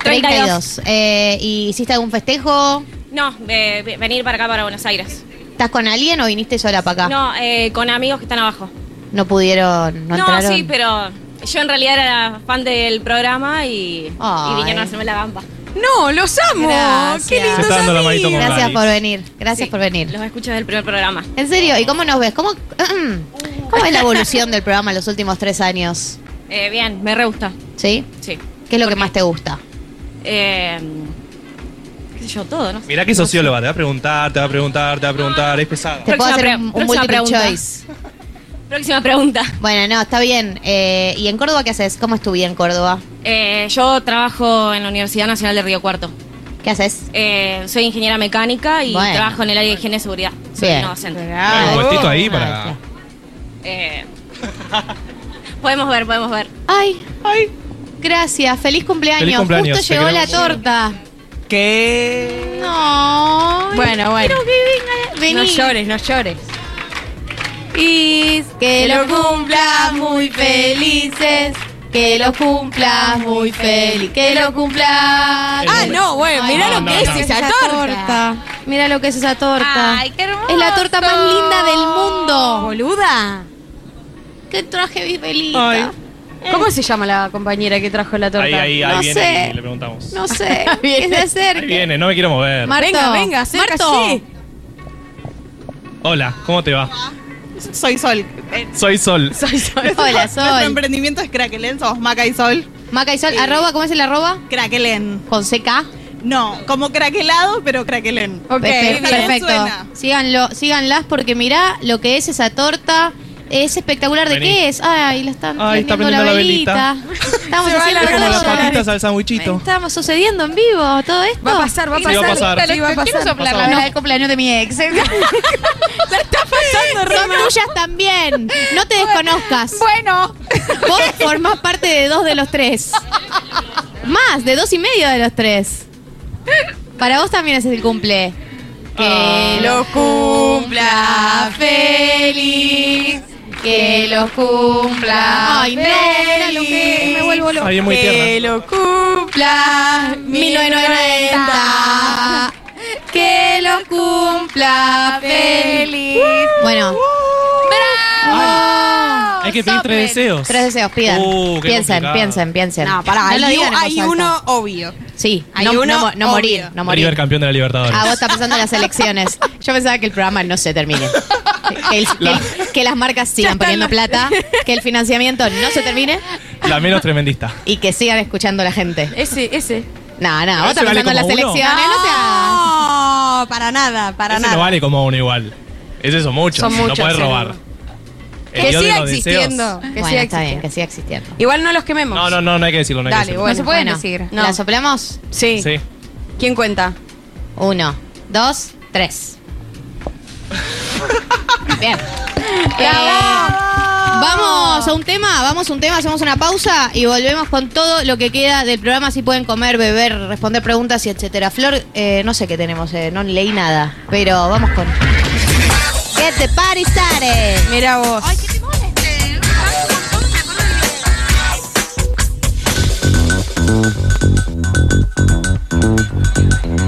32. Eh, ¿Y hiciste algún festejo? No, de- de venir para acá, para Buenos Aires. ¿Estás con alguien o viniste sola para acá? No, eh, con amigos que están abajo. No pudieron, no, No, entraron. sí, pero yo en realidad era fan del programa y, Ay. y vinieron a hacerme la gamba. No, los amo. Gracias. Qué Se lindos está dando la manito amigos. con- Gracias Gaby. por venir, gracias Sí, por venir. Los escucho desde el primer programa. En serio, ¿y cómo nos ves? ¿Cómo, ¿Cómo es la evolución del programa en los últimos tres años? Eh, bien, me re gusta. ¿Sí? Sí. ¿Qué es lo que más te gusta? Eh, qué sé yo, todo, ¿no? sé. Mirá que socióloga, te va a preguntar, te va a preguntar, te va a preguntar, es pesado. Te puedo Próxima hacer pre- un, un próxima multiple pregunta. choice. Próxima pregunta. Bueno, no, está bien. Eh, ¿Y en Córdoba qué haces? ¿Cómo es tu vida en Córdoba? Eh, yo trabajo en la Universidad Nacional de Río Cuarto. ¿Qué haces? Eh, soy ingeniera mecánica y Bueno. trabajo en el área de higiene y seguridad. Soy Bien. una docente. Hay un Ah, puestito ahí Ah, para. claro. Eh, Podemos ver, podemos ver. Ay, ay. Gracias, feliz cumpleaños. Feliz cumpleaños, Justo te llegó la queremos mucho. torta. ¿Qué? No. Bueno, bueno. Quiero que venga. No Vení. llores, no llores. Y que lo cumplas muy felices. Que lo cumplas muy feliz. Que lo cumplas. Ah, no, bueno, mirá lo que es esa torta. Mira lo que es esa torta. Ay, qué hermoso. Es la torta más linda del mundo. Boluda. Qué traje bifelita. Ay. ¿Cómo se llama la compañera que trajo la torta? Ahí, ahí, ahí No viene sé. y le preguntamos. No sé. que se Ahí acerque. viene, no me quiero mover. Marto. Venga, venga, acércate. Marto. Hola, ¿cómo te va? Soy Sol. Eh, Soy Sol. soy Sol. Hola, Sol. Nuestro emprendimiento es Craquelen, somos Maca y Sol. Maca y Sol, arroba, ¿cómo es el arroba? Craquelen. ¿Con CK? No, como craquelado, pero craquelen. Ok, perfecto. Suena. Síganlo, síganlas porque mirá lo que es esa torta. Es espectacular. ¿De Vení. qué es? Ay, la están Ay, está prendiendo prendiendo la la velita. Estamos haciendo Es como las todo. patitas al sandwichito. Estamos sucediendo en vivo todo esto. Va a pasar, va a Sí, va a pasar. pasar. Sí, va a Quiero pasar. soplar la No. vela del cumpleaños de mi ex. pasando, Son tuyas también. No te desconozcas. Bueno. Vos formás parte de dos de los tres. Más, de dos y medio de los tres. Para vos también ese es el cumple. Ah. Que lo cumpla feliz. Que lo cumpla. Ay, no, mira lo que es, me vuelvo loca. Ahí es muy que tierna. lo cumpla 1990. Que lo cumpla feliz. Bueno. ¡Bravo! Hay que pedir tres deseos. Tres deseos, pidan. Uh, qué piensen, complicado. piensen, piensen. No, pará, lo hay, digan en voz hay alta. uno obvio. Sí, hay no, uno no mo- no morir, obvio. no River morir. campeón de la Libertadores. Ah, vos estás pensando en las elecciones. Yo pensaba que el programa no se termine. Que, el- que el- que las marcas sigan poniendo plata, que el financiamiento no se termine La menos tremendista. y que sigan escuchando a la gente. Ese, ese. No, no, Pero vos ese vale estás pensando en las como uno. elecciones. No seas- No, para nada, para Ese nada. no vale como uno igual. Ese son muchos. Son no muchos, puedes sí, robar. no. El Que dios de siga los deseos. existiendo. Que Bueno, siga está existiendo. bien, que siga existiendo. Igual no los quememos. No, no, no, no hay que decirlo. No hay que Dale, decirlo. bueno. se pueden decir. No. ¿La soplamos? Sí. Sí. ¿Quién cuenta? Uno, dos, tres. Bien. Eh, vamos a un tema, vamos a un tema, hacemos una pausa y volvemos con todo lo que queda del programa. Si pueden comer, beber, responder preguntas y etcétera. Flor, eh, no sé qué tenemos, eh, no leí nada, pero vamos con. Get the party started. Mira vos.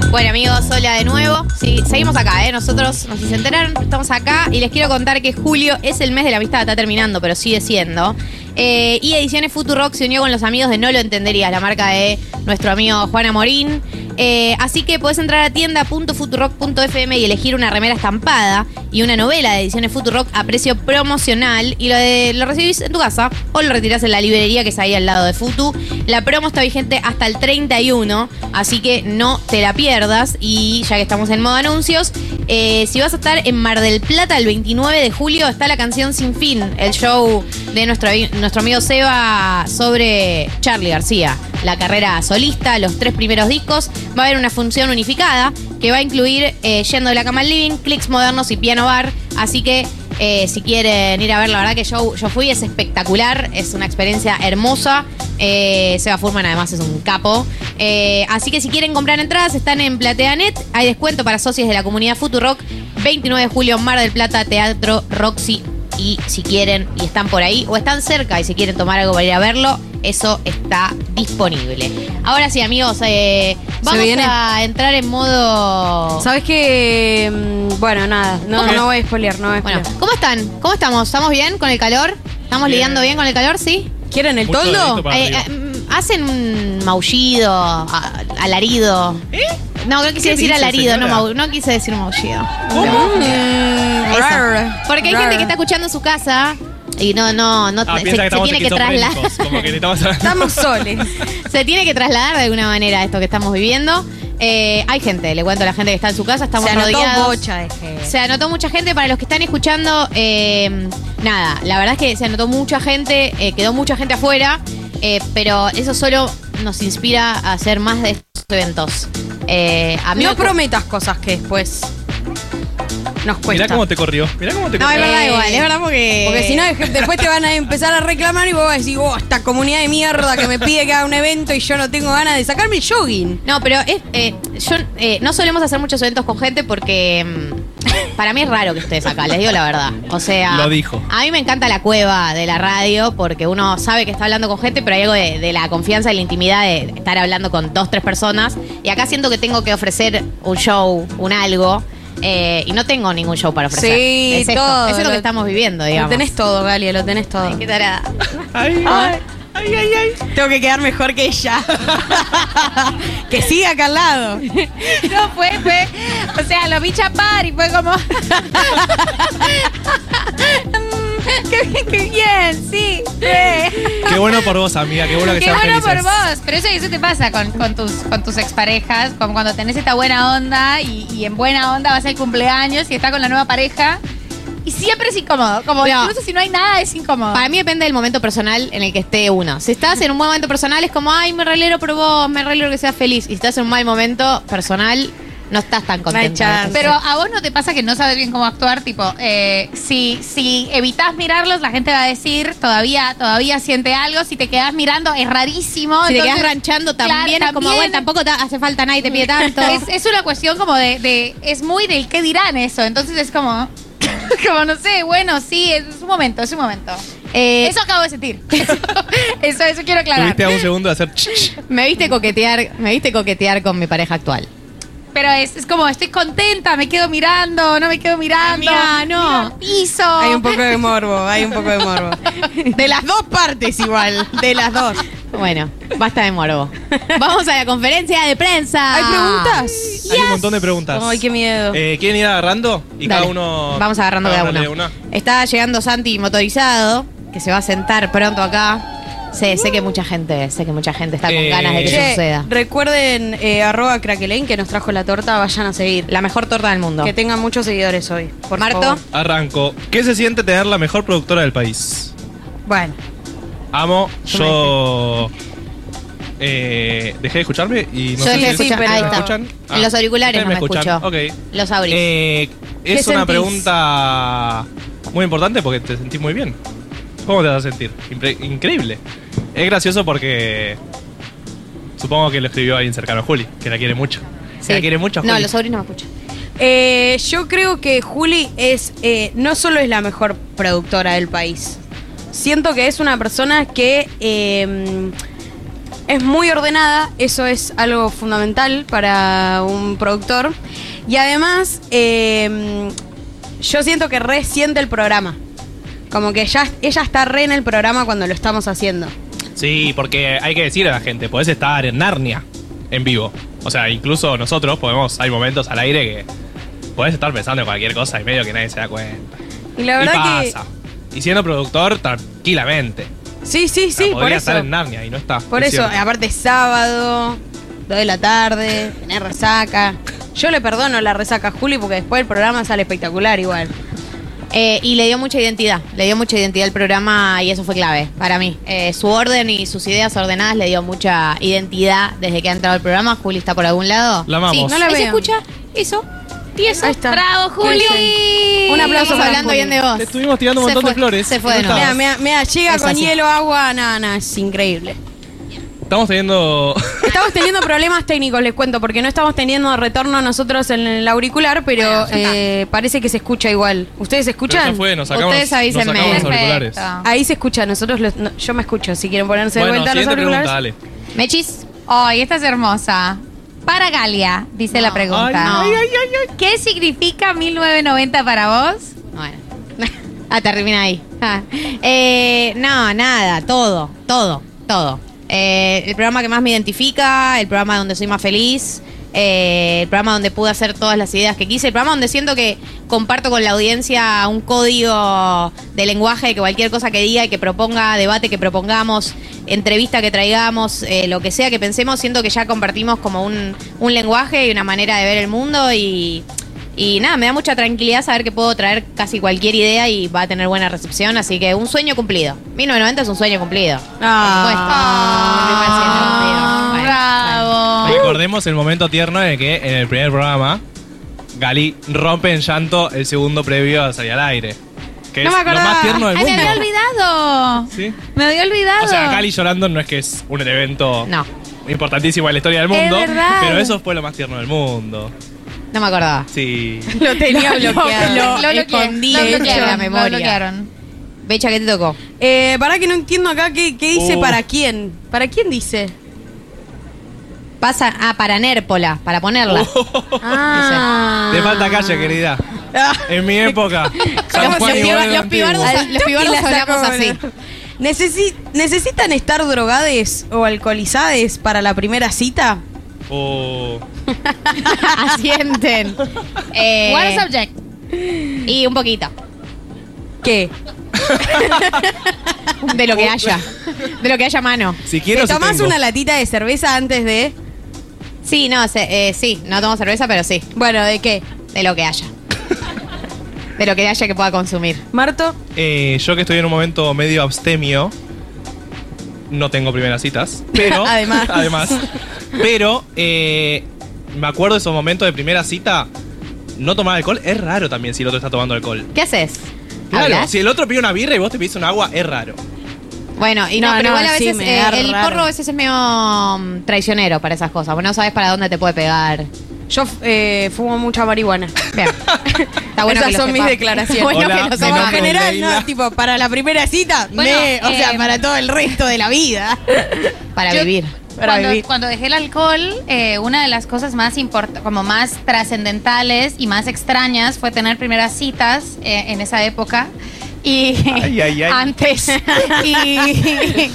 Bueno amigos, hola de nuevo. Sí, seguimos acá, ¿eh? Nosotros, no sé si se enteraron, estamos acá y les quiero contar que julio es el mes de la amistad, está terminando, pero sigue siendo. Eh, y Ediciones Futurock se unió con los amigos de No Lo Entenderías, la marca de nuestro amigo Juana Morín. Eh, así que podés entrar a tienda.futurock.fm y elegir una remera estampada y una novela de Ediciones Futurock a precio promocional y lo, de- lo recibís en tu casa o lo retirás en la librería que está ahí al lado de Futu. La promo está vigente hasta el 31, así que no te la pierdas. Y ya que estamos en modo anuncios, eh, si vas a estar en Mar del Plata el 29 de julio, está la canción Sin Fin, el show de nuestro, ami- nuestro amigo Seba sobre Charlie García, la carrera solista, los tres primeros discos. Va a haber una función unificada que va a incluir eh, Yendo de la Cama al Living, Clicks Modernos y Piano Bar. Así que eh, si quieren ir a ver, la verdad que yo, yo fui, es espectacular, es una experiencia hermosa. Eh, Seba Furman además es un capo. Eh, así que si quieren comprar entradas, están en Plateanet. Hay descuento para socios de la comunidad Futurock. 29 de julio, Mar del Plata, Teatro Roxy. Y si quieren y están por ahí o están cerca y si quieren tomar algo para ir a verlo, eso está disponible. Ahora sí, amigos, eh, vamos viene. a entrar en modo... ¿Sabes qué? Mm, Bueno, nada. No, ¿Cómo? no voy a spoilear, no voy a Bueno, spoilear. ¿cómo están? ¿Cómo estamos? ¿Estamos bien con el calor? ¿Estamos Bien. lidiando bien con el calor? ¿Sí? ¿Quieren el Mucho dedito toldo? para Eh, arriba. eh, mm, ¿Hacen un maullido, a- alarido? No, no quise ¿Eh? ¿Qué decir dice, alarido, no, señora? mau- no quise decir maullido. Mm, Eso. rar, Porque hay rar. gente que está escuchando en su casa y no, no, no, Ah, piensa se, que se estamos tiene que trasladar. esquizofrénicos, Como que estamos Estamos soles. se tiene que trasladar de alguna manera esto que estamos viviendo. Eh, hay gente, le cuento a la gente que está en su casa, estamos Se anotó rodeados. bocha de gente. Se anotó mucha gente, para los que están escuchando, eh, nada, la verdad es que se anotó mucha gente, eh, quedó mucha gente afuera, eh, pero eso solo nos inspira a hacer más de estos eventos. Eh, a mí No me- prometas cosas que después nos cuesta. Mirá cómo te corrió. Mirá cómo te No, es corrió. verdad igual, es verdad porque... Eh, Porque si no, dej- después te van a empezar a reclamar y vos vas a decir, oh, esta comunidad de mierda que me pide que haga un evento y yo no tengo ganas de sacarme el jogging. No, pero es, eh, yo, eh, no solemos hacer muchos eventos con gente porque mm, para mí es raro que estés acá, les digo la verdad. O sea, Lo dijo. a mí me encanta la cueva de la radio porque uno sabe que está hablando con gente, pero hay algo de, de la confianza y la intimidad de estar hablando con dos, tres personas. Y acá siento que tengo que ofrecer un show, un algo. eh, y no tengo ningún show para ofrecer. Sí, es esto, todo, Eso es lo que lo- estamos viviendo, Lo digamos. tenés todo, Galia, lo tenés todo. Qué tarada. Ay, ay, ay, ay. Ah. Tengo que quedar mejor que ella. que siga acá al lado. No, fue, fue. O sea, lo vi chapar y fue como. Mm, qué, qué bien, sí. sí. Qué bueno por vos, amiga. Qué bueno que Qué seas bueno por felices. vos. Pero eso, eso te pasa con, con tus, con tus exparejas, como cuando tenés esta buena onda y, y en buena onda vas al cumpleaños y estás con la nueva pareja. Y siempre es incómodo. Como Pero- incluso si no hay nada, es incómodo. Para mí depende del momento personal en el que esté uno. Si estás en un buen momento personal es como, ay, me relero por vos, me relero que seas feliz. Y si estás en un mal momento personal, no estás tan contento. Pero a vos no te pasa que no sabes bien cómo actuar, tipo, eh, si, si evitas mirarlos, la gente va a decir, todavía, todavía siente algo, si te quedás mirando, es rarísimo. si te entonces- quedas ranchando Claro, también, es como, también. bueno, tampoco ta- hace falta nadie te pide tanto. Es, es una cuestión como de, de- es muy del qué dirán eso, entonces es como, como no sé, bueno, sí, es, es un momento, es un momento. Eh, eso acabo de sentir. Eso, eso, eso quiero aclarar. Tuviste a un segundo de hacer. ch, ch. me viste coquetear, me viste coquetear con mi pareja actual. Pero es, es como, estoy contenta, me quedo mirando, no me quedo mirando. Amiga, no. miro al Piso. Hay un poco de morbo, hay un poco de morbo. De las dos partes igual, de las dos. Bueno, basta de morbo. Vamos a la conferencia de prensa. ¿Hay preguntas? Hay un montón de preguntas. Ay, qué miedo. Eh, ¿Quieren ir agarrando? Y Dale. cada uno. Vamos agarrando cada uno uno. lee una. Está llegando Santi motorizado, que se va a sentar pronto acá. Sé, sé que mucha gente, sé que mucha gente está con Eh, ganas de que Che, eso suceda. Recuerden eh, arroba craquelén que nos trajo la torta, vayan a seguir. La mejor torta del mundo. Que tengan muchos seguidores hoy. Por Marto. favor. Arranco. ¿Qué se siente tener la mejor productora del país? Bueno. Amo, yo. eh, dejé de escucharme y no Yo sé dejé de si escuchar, ¿me ahí está. escuchan. Ah. En los auriculares ustedes no me escuchan, escucho. ok. Los auris. Eh, es ¿Qué una sentís? pregunta muy importante porque te sentís muy bien. ¿Cómo te vas a sentir? Impre- increíble. Es gracioso porque supongo que lo escribió alguien cercano a Juli, que la quiere mucho. Sí. La quiere mucho, No, Juli. los auris no me escuchan. Eh, yo creo que Juli es eh, no solo es la mejor productora del país. Siento que es una persona que eh, es muy ordenada, eso es algo fundamental para un productor. Y además, eh, yo siento que re siente el programa. Como que ya, ella está re en el programa cuando lo estamos haciendo. Sí, porque hay que decirle a la gente, podés estar en Narnia en vivo. O sea, incluso nosotros podemos, hay momentos al aire que podés estar pensando en cualquier cosa y medio que nadie se da cuenta. Y la y verdad que. pasa. Y siendo productor, tranquilamente. Sí, sí, O sea, sí, por podría eso. estar en Narnia y no está. Por es eso, cierto. aparte es sábado, 2 de la tarde, tener resaca. Yo le perdono la resaca a Juli porque después el programa sale espectacular igual. Eh, y le dio mucha identidad, le dio mucha identidad al programa y eso fue clave para mí. Eh, su orden y sus ideas ordenadas le dio mucha identidad desde que ha entrado al programa. Juli está por algún lado. La amamos. Sí, No no la la vean. escucha? Eso. Y eso. Ahí está. Bravo, Juli. Un aplauso Estamos para hablando Juli. bien de vos. Te estuvimos tirando un Se montón de fue, flores. se fue ¿No de nuevo. estabas? Mira, mira, mira, llega Es con así. hielo, agua, nada, nada, es increíble. Estamos teniendo. Estamos teniendo problemas técnicos, les cuento, porque no estamos teniendo retorno nosotros en el auricular, pero eh, parece que se escucha igual. ¿Ustedes Pero escuchan? ya fue, nos sacamos, Ustedes nos avísenme. sacamos los auriculares. Perfecto. Ahí se escucha, nosotros los- no, yo me escucho, si quieren ponerse de Bueno, vuelta los siguiente auriculares. pregunta, dale. Mechis. Ay, esta es hermosa. Para Galia, dice la pregunta. Ay, no. ¿Qué significa 1990 para vos? Bueno. Ah, termina ahí. Ah. Eh, no, nada, todo, todo, todo. Eh, el programa que más me identifica, el programa donde soy más feliz, eh, el programa donde pude hacer todas las ideas que quise, el programa donde siento que comparto con la audiencia un código de lenguaje que cualquier cosa que diga y que proponga, debate que propongamos, entrevista que traigamos, eh, lo que sea que pensemos, siento que ya compartimos como un, un lenguaje y una manera de ver el mundo y y nada, me da mucha tranquilidad saber que puedo traer casi cualquier idea y va a tener buena recepción, así que un sueño cumplido. 1990 es un sueño cumplido. Ah, Por supuesto. bravo. Ah, Recordemos el momento tierno en el que en el primer programa Gali rompe en llanto el segundo previo a salir al aire. Que no es me lo acordaba. más tierno del Ay, mundo. me había olvidado. Me había olvidado. O sea, Cali llorando no es que es un evento importantísimo en la historia del Es mundo, verdad. Ah. pero eso fue lo más tierno del mundo. No me acordaba. Sí. Lo tenía Lo- lo- bloqueado. lo- lo escondí. lo Lo bloquearon, bloquearon, lo lo bloquearon. bloquearon. Becha, ¿qué te tocó? Eh, pará que no entiendo acá qué, qué dice Uh. para quién. ¿Para quién dice? Pasa, ah, para Nérpola, para ponerla. Ah. Te falta calle, querida. Ah. En mi época. San Los Juan y pibar- Boedo los antiguo. pibardos- los pibardos hablamos así. Necesi- ¿Necesitan estar drogades o alcoholizades para la primera cita? Oh. Asienten. Eh, What is subject? Y un poquito. ¿Qué? De lo que haya. De lo que haya a mano. Si ¿Te tomás una latita de cerveza antes de...? Sí, no, se- eh, sí, no tomo cerveza, pero sí. Bueno, ¿de qué? De lo que haya. De lo que haya que pueda consumir. ¿Marto? Eh, yo que estoy en un momento medio abstemio, no tengo primeras citas, pero... Además. además. Pero eh, me acuerdo de esos momentos de primera cita, no tomar alcohol es raro también si el otro está tomando alcohol. ¿Qué haces? Claro, ¿Hablas? si el otro pide una birra y vos te pides un agua, es raro. Bueno, y no, No, pero no, igual a sí, veces me eh, da el raro. porro a veces es medio mm, traicionero para esas cosas. Vos no sabes para dónde te puede pegar. Yo eh, fumo mucha marihuana. Bien. Está bueno Esas que lo son mis sepas. declaraciones. Bueno que lo Como en sepas. general, ¿no? Tipo, para la primera cita, Bueno, me- o sea, eh, para todo el resto de la vida. Para Yo- vivir. Para cuando, vivir. cuando dejé el alcohol, eh, una de las cosas más import- como más trascendentales y más extrañas fue tener primeras citas eh, en esa época. Y Ay, ay, ay. antes. y,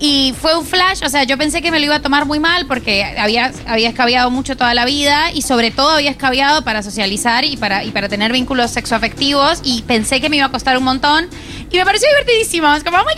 y fue un flash, o sea, yo pensé que me lo iba a tomar muy mal porque había, había escabiado mucho toda la vida y sobre todo había escabiado para socializar y para, y para tener vínculos sexoafectivos y pensé que me iba a costar un montón y me pareció divertidísimo. Es como, oh my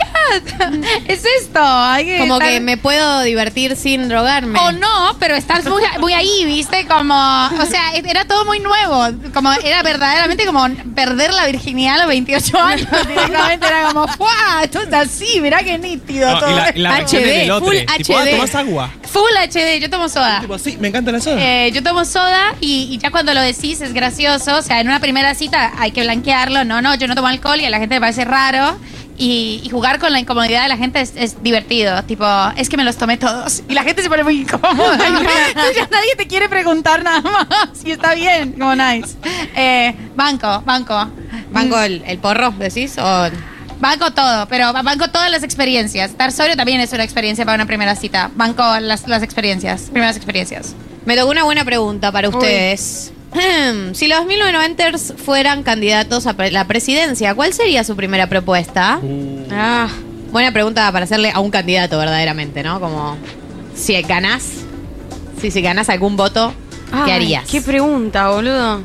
God, es esto. hay Como estar- que me puedo divertir sin drogarme. o no, pero estás muy, muy ahí, ¿viste? Como, o sea, era todo muy nuevo. Como, era verdaderamente como perder la virginidad a los 28 años. Directamente era como, ¡guau! Esto es así, mirá qué nítido No, todo. y la, y la reacción del otro, full tipo, ah, HD. tomás agua. Full HD, yo tomo soda. Eh, sí, me encanta la soda. yo tomo soda y, y ya cuando lo decís es gracioso. O sea, en una primera cita hay que blanquearlo. No, no, yo no tomo alcohol y a la gente le parece raro. Y, y jugar con la incomodidad de la gente es, es divertido. Tipo, es que me los tomé todos. Y la gente se pone muy incómoda. Entonces ya nadie te quiere preguntar nada más. Y está bien, como nice. Eh, banco, banco. Mm. ¿Banco el, el porro, decís? O... Banco todo, pero banco todas las experiencias. Estar sobrio también es una experiencia para una primera cita. Banco las, las experiencias, primeras experiencias. Me tocó una buena pregunta para ustedes. Si los 1990ers fueran candidatos a pre- la presidencia, ¿cuál sería su primera propuesta? Ah, buena pregunta para hacerle a un candidato verdaderamente, ¿no? Como si ganás, si, si ganás algún voto, Ay, ¿qué harías? Qué pregunta, boludo.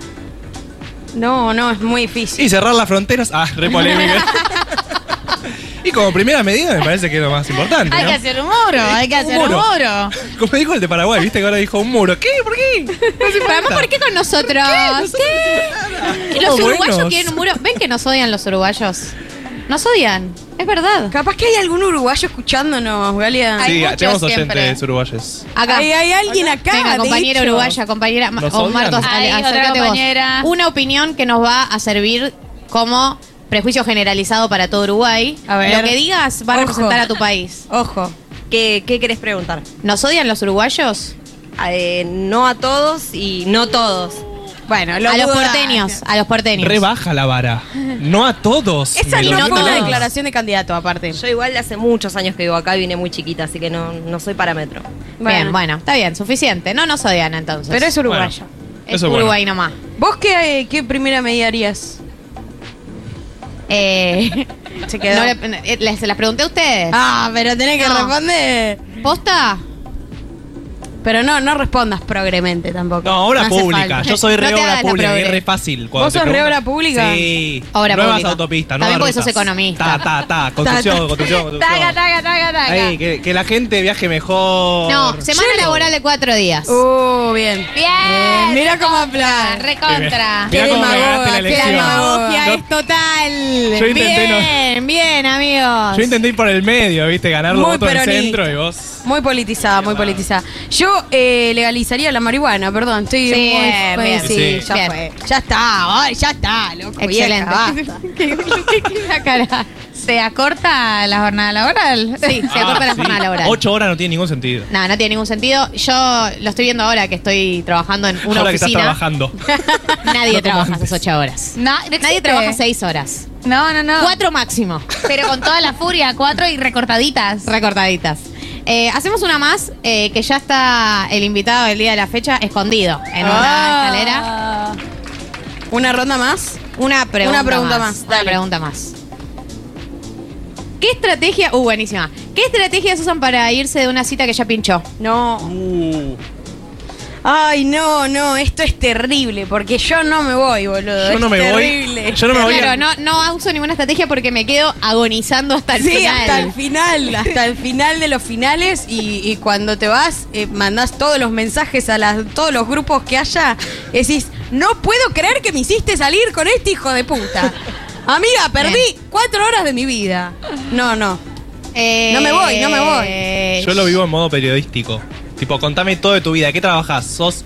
No, no, es muy difícil. Y cerrar las fronteras, ah, re polémica. y como primera medida me parece que es lo más importante, Hay ¿no? que hacer un muro, hay que Un hacer un muro. muro. Como dijo el de Paraguay, viste que ahora dijo un muro. ¿Qué? ¿Por qué? Pero además, ¿por qué con nosotros? ¿Qué? ¿Qué? Los Oh, Somos uruguayos buenos. quieren un muro. ¿Ven que nos odian los uruguayos? Nos odian, es verdad. Capaz que hay algún uruguayo escuchándonos, Galia. Sí, hay tenemos muchos siempre. oyentes uruguayos. Acá. Hay, hay alguien acá. Venga, de compañera hecho. uruguaya, compañera Ma- ¿Nos o odian? Marcos, Ahí, ale- otra acércate vos. compañera. Una opinión que nos va a servir como prejuicio generalizado para todo Uruguay. A ver. Lo que digas va a Ojo. representar a tu país. Ojo. ¿Qué, qué querés preguntar? ¿Nos odian los uruguayos? Ah, Eh, no a todos y no todos. Bueno, a los porteños, a los porteños. Rebaja la vara. No a todos. Esa me lo no digo. fue una declaración de candidato, aparte. Yo igual hace muchos años que vivo acá, vine muy chiquita, así que no, no soy parámetro. Bien, bueno, está bien, suficiente. No nos odian entonces. Pero es uruguayo. eso Es es bueno. Uruguay nomás. ¿Vos qué, eh, qué primera medida harías? Eh, Se quedó. no le- eh, les, se las pregunté a ustedes. Ah, pero tenés que No. responder. ¿Posta? Pero no, no respondas progremente tampoco. No, obra hace pública. falta. Yo soy re No te obra hagas la pública, progre. es re fácil. cuando ¿Vos te sos re preguntan. obra pública? Sí. Obra nuevas pública. autopistas, También nuevas porque sos rutas. economista. Ta, ta, ta. Construcción, construcción, construcción. Taca, taca, taca, taca. Ahí, que, que la gente viaje mejor. No, semana laboral de cuatro días. Uh, bien. Bien. Mira cómo habla. Recontra. Mira cómo me ganaste la Qué elección. demagogia. Ahora es total. Yo intenté no- Bien, bien, amigos. Yo intenté ir por el medio, ¿viste? Ganar los Muy votos del peronista. centro y vos. Muy politizada, muy politizada. Yo eh, legalizaría la marihuana, perdón. Estoy Sí, muy- eh, muy- bien, sí, bien. ya Bien. fue. Ya está, ay, ya está, loco. Excelente. La cara. ¿Se acorta la jornada laboral? Sí, se acorta la jornada laboral. Ah, Ocho horas no tiene ningún sentido. No, no tiene ningún sentido. Yo lo estoy viendo ahora que estoy trabajando en una Ahora que estás oficina. trabajando. Nadie trabaja esas ocho horas. Nadie existe. trabaja seis horas. No, no, no. Cuatro máximo. Pero con toda la furia, cuatro y recortaditas. Recortaditas. Eh, hacemos una más eh, que ya está el invitado del día de la fecha escondido en una Ah. escalera. ¿Una ronda más? Una pregunta, Una pregunta más, Una pregunta más. ¿Qué estrategia? Uh, buenísima. ¿Qué estrategias usan para irse de una cita que ya pinchó? No. Ay, no, no, esto es terrible, porque yo no me voy, boludo. Yo no es me voy. terrible. Yo no me voy a- Claro, no, no uso ninguna estrategia porque me quedo agonizando hasta el sí, final. hasta el final, hasta el final de los finales y, y cuando te vas eh, mandás todos los mensajes a las, todos los grupos que haya, decís, no puedo creer que me hiciste salir con este hijo de puta. Amiga, perdí cuatro horas de mi vida. No, no. Eh, no me voy, no me voy. Yo lo vivo en modo periodístico. Tipo, contame todo de tu vida. ¿Qué trabajas? ¿Sos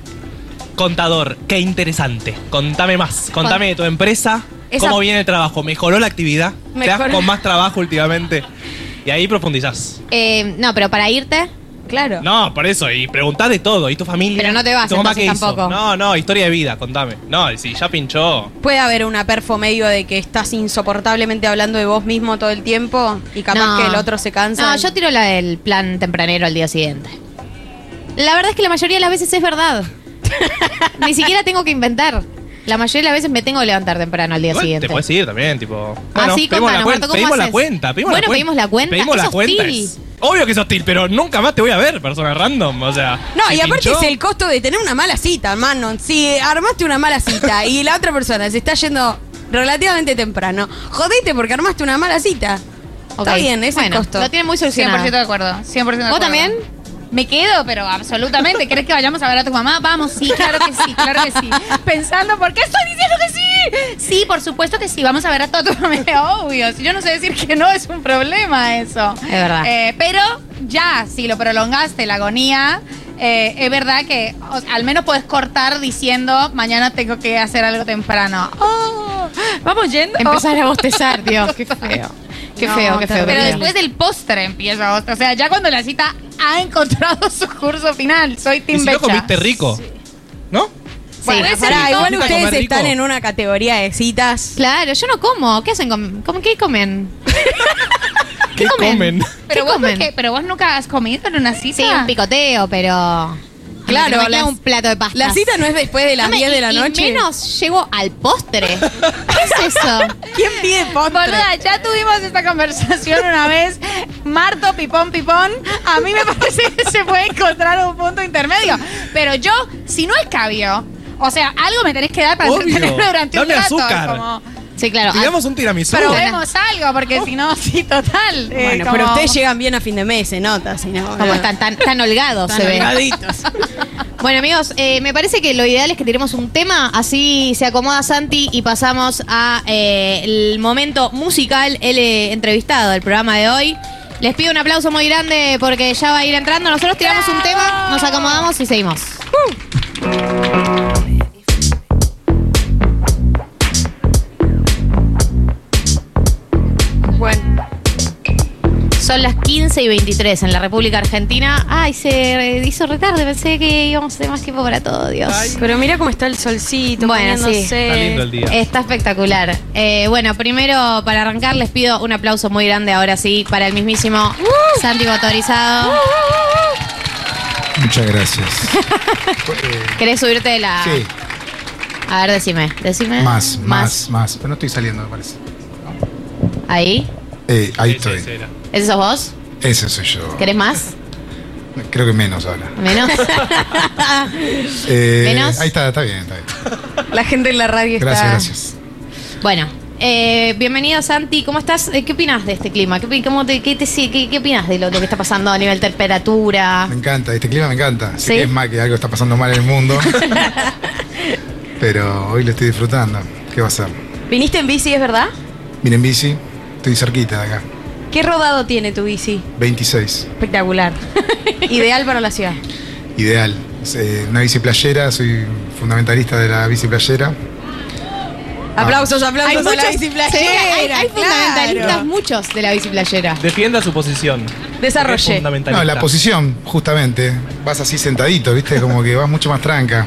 contador? Qué interesante. Contame más. Contame de tu empresa. Esa- ¿Cómo viene el trabajo? ¿Mejoró la actividad? ¿Te Mejoró. das con más trabajo últimamente? Y ahí profundizás. Eh, no, pero para irte. Claro. No, por eso. Y preguntás de todo. ¿Y tu familia? Pero no te vas, ¿Tu mamá entonces, qué hizo? tampoco. No, no. Historia de vida. Contame. No, y si ya pinchó. Puede haber una perfo medio de que estás insoportablemente hablando de vos mismo todo el tiempo y capaz No. que el otro se cansa. No, yo tiro la del plan tempranero al día siguiente. La verdad es que la mayoría de las veces es verdad. Ni siquiera tengo que inventar. La mayoría de las veces me tengo que levantar temprano al día Igual siguiente. Te puedes ir también, tipo. Ah, sí, pedimos la contanos, cuen- Marto, ¿cómo pedimos la haces? cuenta, pedimos Bueno, la cuenta. pedimos la cuenta. Pedimos Es la cuenta. hostil. es- obvio que es hostil, pero nunca más te voy a ver, persona random. O sea. No, si y aparte pinchó- es el costo de tener una mala cita, hermano. Si armaste una mala cita y la otra persona se está yendo relativamente temprano, jodete porque armaste una mala cita. Está Ok. bien, es Bueno, el costo. lo tiene muy solucionado. 100% de acuerdo. 100% de acuerdo. también? Me quedo, pero absolutamente. ¿Crees que vayamos a ver a tu mamá? Vamos, sí, claro que sí, claro que sí. Pensando, ¿por qué estoy diciendo que sí? Sí, por supuesto que sí, vamos a ver a toda tu familia, obvio. Si yo no sé decir que no, es un problema eso. Es verdad. Eh, pero ya, si lo prolongaste, la agonía, eh, es verdad que o sea, al menos puedes cortar diciendo, mañana tengo que hacer algo temprano. Oh, vamos yendo. Empezar a bostezar, Dios, qué feo. Qué No, feo, qué Pero feo. qué feo. después del postre empieza vos. O sea, ya cuando la cita ha encontrado su curso final. Soy Y Tim si no Becha. comiste rico. ¿No? Bueno, Sí, pará, sí, igual sí, ustedes comer rico. están en una categoría de citas. Claro, yo no como. ¿Qué hacen? con- ¿Cómo qué comen? ¿Qué comen? Pero ¿Qué vos, comen? por qué? pero vos nunca has comido en una cita. Sí, un picoteo, pero. Claro, Claro, me queda las- un plato de pasta. La cita no es después de las 10 de la noche. menos llego al postre. ¿Qué es eso? ¿Quién pide postre? Boluda, ya tuvimos esta conversación una vez. Marto, pipón, pipón. A mí me parece que se puede encontrar un punto intermedio. Pero yo, si no es cabio, o sea, algo me tenés que dar para Obvio. entretenerme durante un Dame rato. azúcar. Como, Sí, claro. Oh. Tiramos un tiramisú. probemos algo, porque si no, sí, total. eh, Bueno, pero como- ustedes llegan bien a fin de mes, se nota, si no. Como están tan, tan holgados, Tan se ve. holgaditos. Bueno, amigos, eh, me parece que lo ideal es que tiremos un tema, así se acomoda Santi y pasamos a eh, el momento musical, el eh, entrevistado del programa de hoy. Les pido un aplauso muy grande porque ya va a ir entrando. Nosotros tiramos un tema, nos acomodamos y seguimos. Bueno. Son las 15 y 23 en la República Argentina. Ay, se hizo retarde, pensé que íbamos a tener más tiempo para todo, Dios. Pero mira cómo está el solcito, Bueno, sí. poniéndose. Está lindo el día. Está espectacular. Eh, bueno, primero, para arrancar, les pido un aplauso muy grande ahora sí para el mismísimo Santi Motorizado. Muchas gracias. ¿Querés subirte de la...? Sí, A ver, decime, decime. más, más, más. Pero no estoy saliendo, me parece. Ahí. Eh, ahí estoy. ¿Ese sos vos? Ese soy yo. ¿Querés más? Creo que menos ahora. ¿Menos? Eh, ¿Menos? Ahí está, está bien, está bien. La gente en la radio Gracias, está. gracias. bueno, eh, bienvenido Santi. ¿Cómo estás? Eh, ¿Qué opinas de este clima? ¿Qué, opi- cómo te- qué, te- sí, qué- qué opinas de lo, lo que está pasando a nivel temperatura? Me encanta, este clima me encanta. Así Sí. que Es más que algo está pasando mal en el mundo. Pero hoy lo estoy disfrutando. ¿Qué va a ser? ¿Viniste en bici, es verdad? Miren, bici, estoy cerquita de acá. ¿Qué rodado tiene tu bici? 26, Espectacular. Ideal para la ciudad. ideal. Es, eh, una bici playera, soy fundamentalista de la bici playera. Aplausos, aplausos Hay a la muchos- biciplayera, se ve que hay, hay claro. fundamentalistas muchos de la Ah. biciplayera. Defienda su posición. Es fundamentalista. No, la posición, justamente. Vas así sentadito, ¿viste? Como que vas mucho más tranca.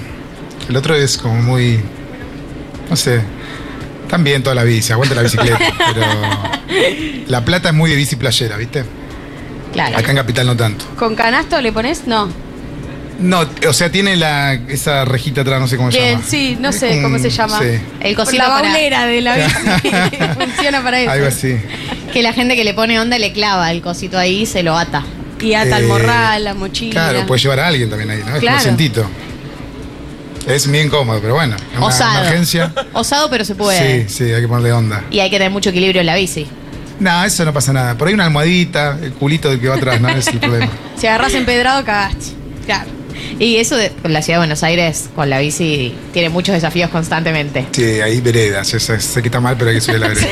El otro es como muy. No sé. También toda la bici, aguanta la bicicleta. pero la plata es muy de bici playera, ¿viste? Claro. Acá en Capital no tanto. ¿Con canasto le pones? No. No, o sea, tiene la, esa rejita atrás, no sé cómo se Bien, llama. sí, no sé Mm, cómo se llama. sí. El cosito La para- baulera de la bici. Funciona para eso. Algo así. Que la gente que le pone onda le clava el cosito ahí y se lo ata. Y ata el Eh, morral, la mochila. Claro, pues- puedes llevar a alguien también ahí, ¿no? Es Claro. como sentito. Es bien cómodo, pero bueno. es Una Osado. emergencia. Osado, pero se puede. Sí, sí, hay que ponerle onda. Y hay que tener mucho equilibrio en la bici. No, eso no pasa nada. Por ahí una almohadita, el culito del que va atrás, no es el problema. Si agarras empedrado, cagaste. Claro. Y eso de con la ciudad de Buenos Aires, con la bici, tiene muchos desafíos constantemente. Sí, ahí veredas. Yo sé, sé que está mal, pero hay que subir la vereda.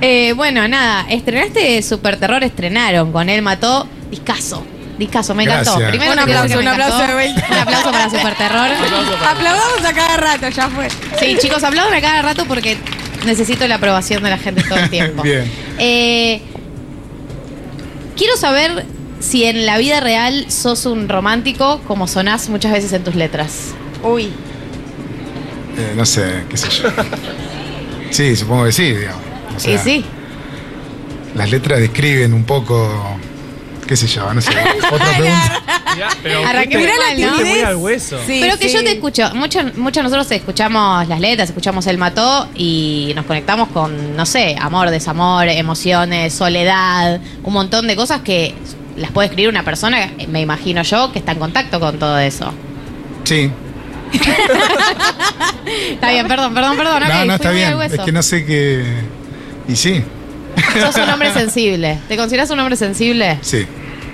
Eh, bueno, nada, estrenaste Super Terror, estrenaron con él mató discaso. Discaso, me encantó. Gracias. Primero Un que aplauso, nada, me un aplauso encantó. de vuelta. Un aplauso para Super Terror. Aplaudamos a cada rato, ya fue. Sí, chicos, aplaudan a cada rato porque necesito la aprobación de la gente todo el tiempo. Bien. Eh, quiero saber si en la vida real sos un romántico como sonás muchas veces en tus letras. Uy. Eh, no sé, qué sé yo. Sí, supongo que sí, digamos. O sea, y sí. Las letras describen un poco, qué sé yo, no sé. Otra pregunta. Este Pero Arranqué fuiste- muy mal, ¿no? fuiste muy al hueso. Pero que yo te escucho, muchos muchos nosotros escuchamos las letras, escuchamos El Mató y nos conectamos con, no sé, amor, desamor, emociones, soledad, un montón de cosas que las puede escribir una persona, me imagino yo, que está en contacto con todo eso. Sí. Está bien, perdón, perdón, perdón. Ah, No, no, ok, fui está muy al bien. Es hueso. que no sé qué. Y sí, Sos un hombre sensible. ¿Te consideras un hombre sensible? sí.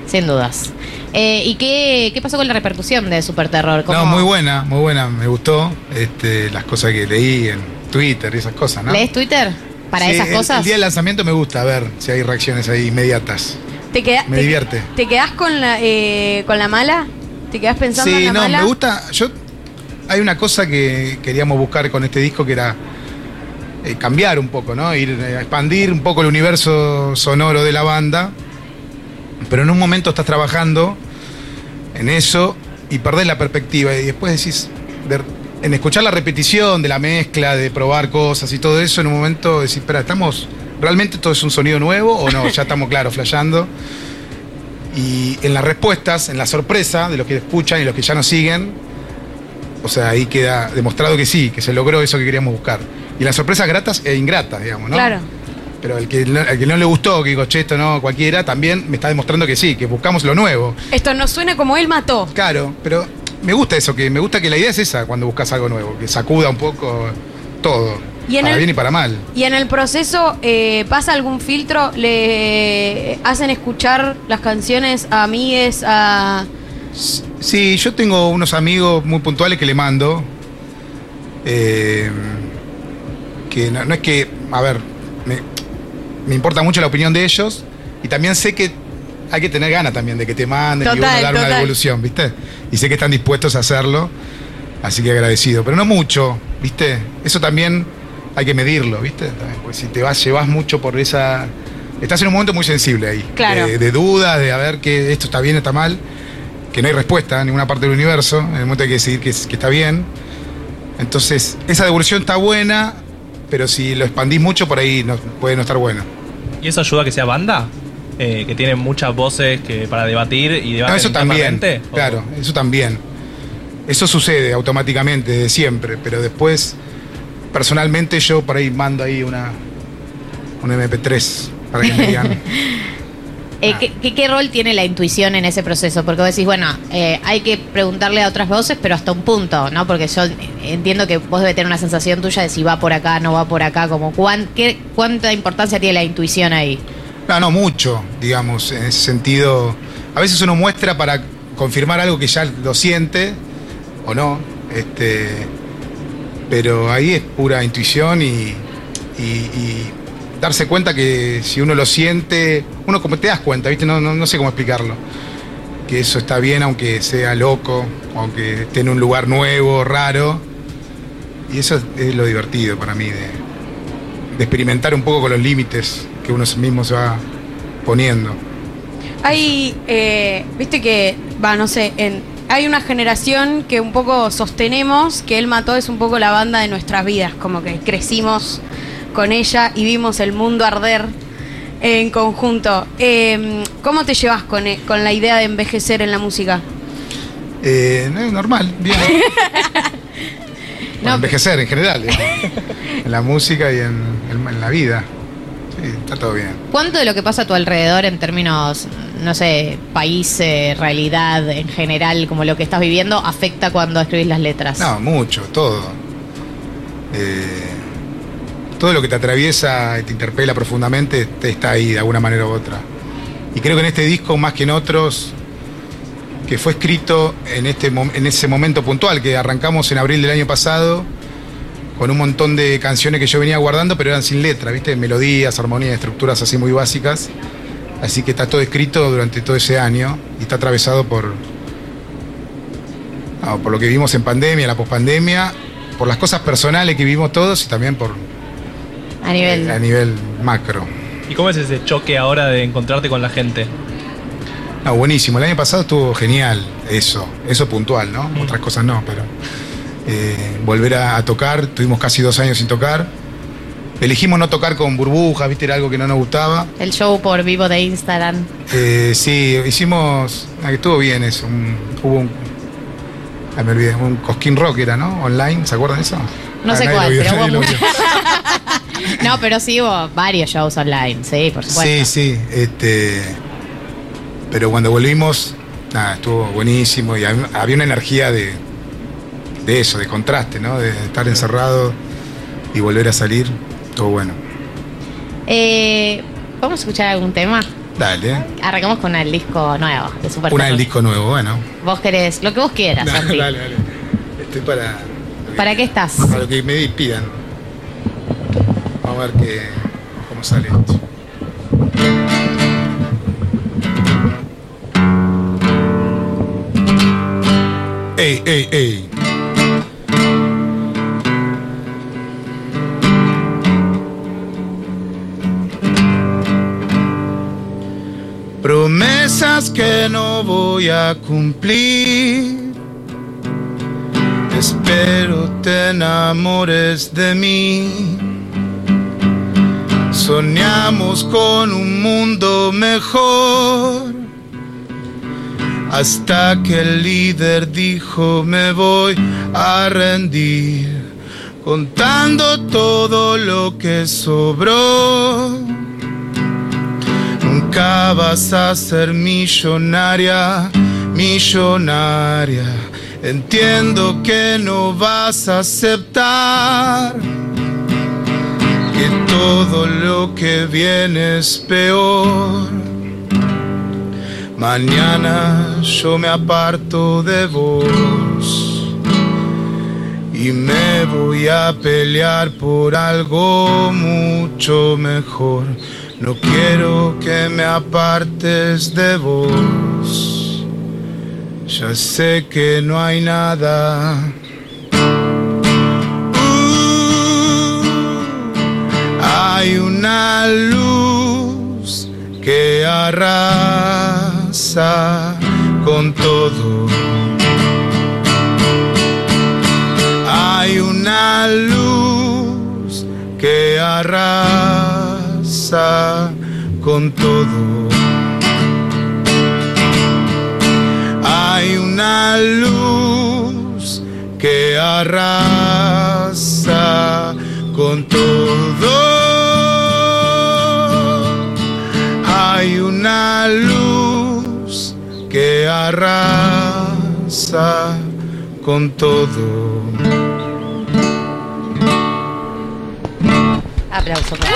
Sin dudas. Eh, ¿Y qué, qué pasó con la repercusión de Superterror? ¿Cómo- No, muy buena, muy buena. Me gustó este, las cosas que leí en Twitter y esas cosas, ¿no? ¿Lees Twitter para Sí, esas el- cosas? El día del lanzamiento me gusta ver si hay reacciones ahí inmediatas. ¿Te, queda- Me te- divierte. te quedás con la, eh, con la mala? ¿Te quedás pensando en Sí, la no, mala? me gusta. Yo hay una cosa que queríamos buscar con este disco que era eh, cambiar un poco, ¿no? Ir eh, expandir un poco el universo sonoro de la banda. Pero en un momento estás trabajando en eso y perdés la perspectiva y después decís de- en escuchar la repetición de la mezcla, de probar cosas y todo eso, en un momento decís, espera, estamos realmente esto es un sonido nuevo o no, ya estamos claro, flasheando. Y en las respuestas, en la sorpresa de los que escuchan y los que ya nos siguen, o sea, ahí queda demostrado que sí, que se logró eso que queríamos buscar. Y las sorpresas gratas e ingratas, digamos, ¿no? Claro. Pero el que, no, el que no le gustó, que digo, che, esto no, cualquiera, también me está demostrando que sí, que buscamos lo nuevo. Esto no suena como él mató. Claro, pero me gusta eso, que me gusta que la idea es esa cuando buscas algo nuevo, que sacuda un poco todo, Y en para el- bien y para mal. ¿Y en el proceso eh, pasa algún filtro? ¿Le hacen escuchar las canciones a amigues? A... Sí, yo tengo unos amigos muy puntuales que le mando. eh, que no, no es que, a ver, me, me importa mucho la opinión de ellos y también sé que hay que tener ganas también de que te manden y Total, uno dar una total. devolución, ¿viste? Y sé que están dispuestos a hacerlo, así que agradecido, pero no mucho, ¿viste? Eso también hay que medirlo, ¿viste? También, porque si te vas, llevas mucho por esa... Estás en un momento muy sensible ahí, Claro. de, de dudas, de a ver que esto está bien, está mal que no hay respuesta en ninguna parte del universo, en el momento hay que decidir que, es- que está bien. Entonces, esa devolución está buena, pero si lo expandís mucho, por ahí no, puede no estar bueno. ¿Y eso ayuda a que sea banda? Eh, que tiene muchas voces que para debatir y debatir No, eso también, claro, eso también. Eso sucede automáticamente, de siempre, pero después, personalmente, yo por ahí mando ahí una, un MP3 para que me digan. Eh, Ah. ¿qué, qué, qué rol tiene la intuición en ese proceso? Porque vos decís, bueno, eh, hay que preguntarle a otras voces, pero hasta un punto, ¿no? Porque yo entiendo que vos debes tener una sensación tuya de si va por acá, no va por acá, como cuán, qué, cuánta importancia tiene la intuición ahí. No, no mucho, digamos, en ese sentido. A veces uno muestra para confirmar algo que ya lo siente o no. Este, Pero ahí es pura intuición y, y- y darse cuenta que si uno lo siente, uno como te das cuenta, ¿viste? No, no, no sé cómo explicarlo. Que eso está bien, aunque sea loco, aunque esté en un lugar nuevo, raro. Y eso es, es lo divertido para mí, de, de experimentar un poco con los límites que uno mismo se va poniendo. Hay, eh, viste que, va, no sé, en, hay una generación que un poco sostenemos que Él Mató es un poco la banda de nuestras vidas, como que crecimos con ella y vimos el mundo arder en conjunto. Eh, ¿Cómo te llevas con, e- con la idea de envejecer en la música? Eh, no, normal, bien. Para envejecer en general, digamos. en la música y en, en- en la vida. Sí, está todo bien. ¿Cuánto de lo que pasa a tu alrededor en términos, no sé, país, eh, realidad en general, como lo que estás viviendo, afecta cuando escribís las letras? No, mucho, todo. Eh, todo lo que te atraviesa y te interpela profundamente te está ahí de alguna manera u otra. Y creo que en este disco, más que en otros, que fue escrito en, este, mom- en ese momento puntual, que arrancamos en abril del año pasado, con un montón de canciones que yo venía guardando, pero eran sin letra, ¿viste? Melodías, armonías, estructuras así muy básicas. Así que está todo escrito durante todo ese año y está atravesado por, Ah, por lo que vivimos en pandemia, la pospandemia, por las cosas personales que vivimos todos y también por eh, A nivel. a nivel macro. ¿Y cómo es ese choque ahora de encontrarte con la gente? No, buenísimo. El año pasado estuvo genial eso, eso puntual, ¿no? Otras cosas no, pero eh, volver a, a tocar, tuvimos casi dos años sin tocar. Elegimos no tocar con burbujas, viste, era algo que no nos gustaba. El show por vivo de Instagram. Eh, sí, hicimos. ah, que estuvo bien eso. un- hubo un. ah, me olvidé, un cosquín rock era, ¿no? Online, ¿se acuerdan de eso? No Ah, sé nadie lo cuál, vio, pero nadie lo hubo vio. No, pero sí hubo varios shows online, sí, por Sí, supuesto. sí. Este, pero cuando volvimos, nada, estuvo buenísimo y hab- había una energía de, de eso, de contraste, ¿no? De estar encerrado y volver a salir. Todo bueno. Eh, ¿Vamos a escuchar algún tema? Dale. ¿eh? Arrancamos con el disco nuevo de Super Una del disco nuevo, bueno. Vos querés, lo que vos quieras, Dale, Santi. dale, dale. Estoy para, ¿Para qué estás? para lo que me pidan. Vamos a ver qué, cómo sale esto. Ey, ey, ey. Promesas que no voy a cumplir. Espero te enamores de mí. Soñamos con un mundo mejor. Hasta que el líder dijo me voy a rendir. Contando todo lo que sobró. Nunca vas a ser millonaria, millonaria. Entiendo que no vas a aceptar que todo lo que viene es peor. Mañana yo me aparto de vos y me voy a pelear por algo mucho mejor. No quiero que me apartes de vos. Ya sé que no hay nada. Uh, hay una luz que arrasa con todo. Hay una luz que arrasa con todo. Hay una luz que arrasa con todo. Hay una luz que arrasa con todo. ¡Ah! Aplauso. por favor.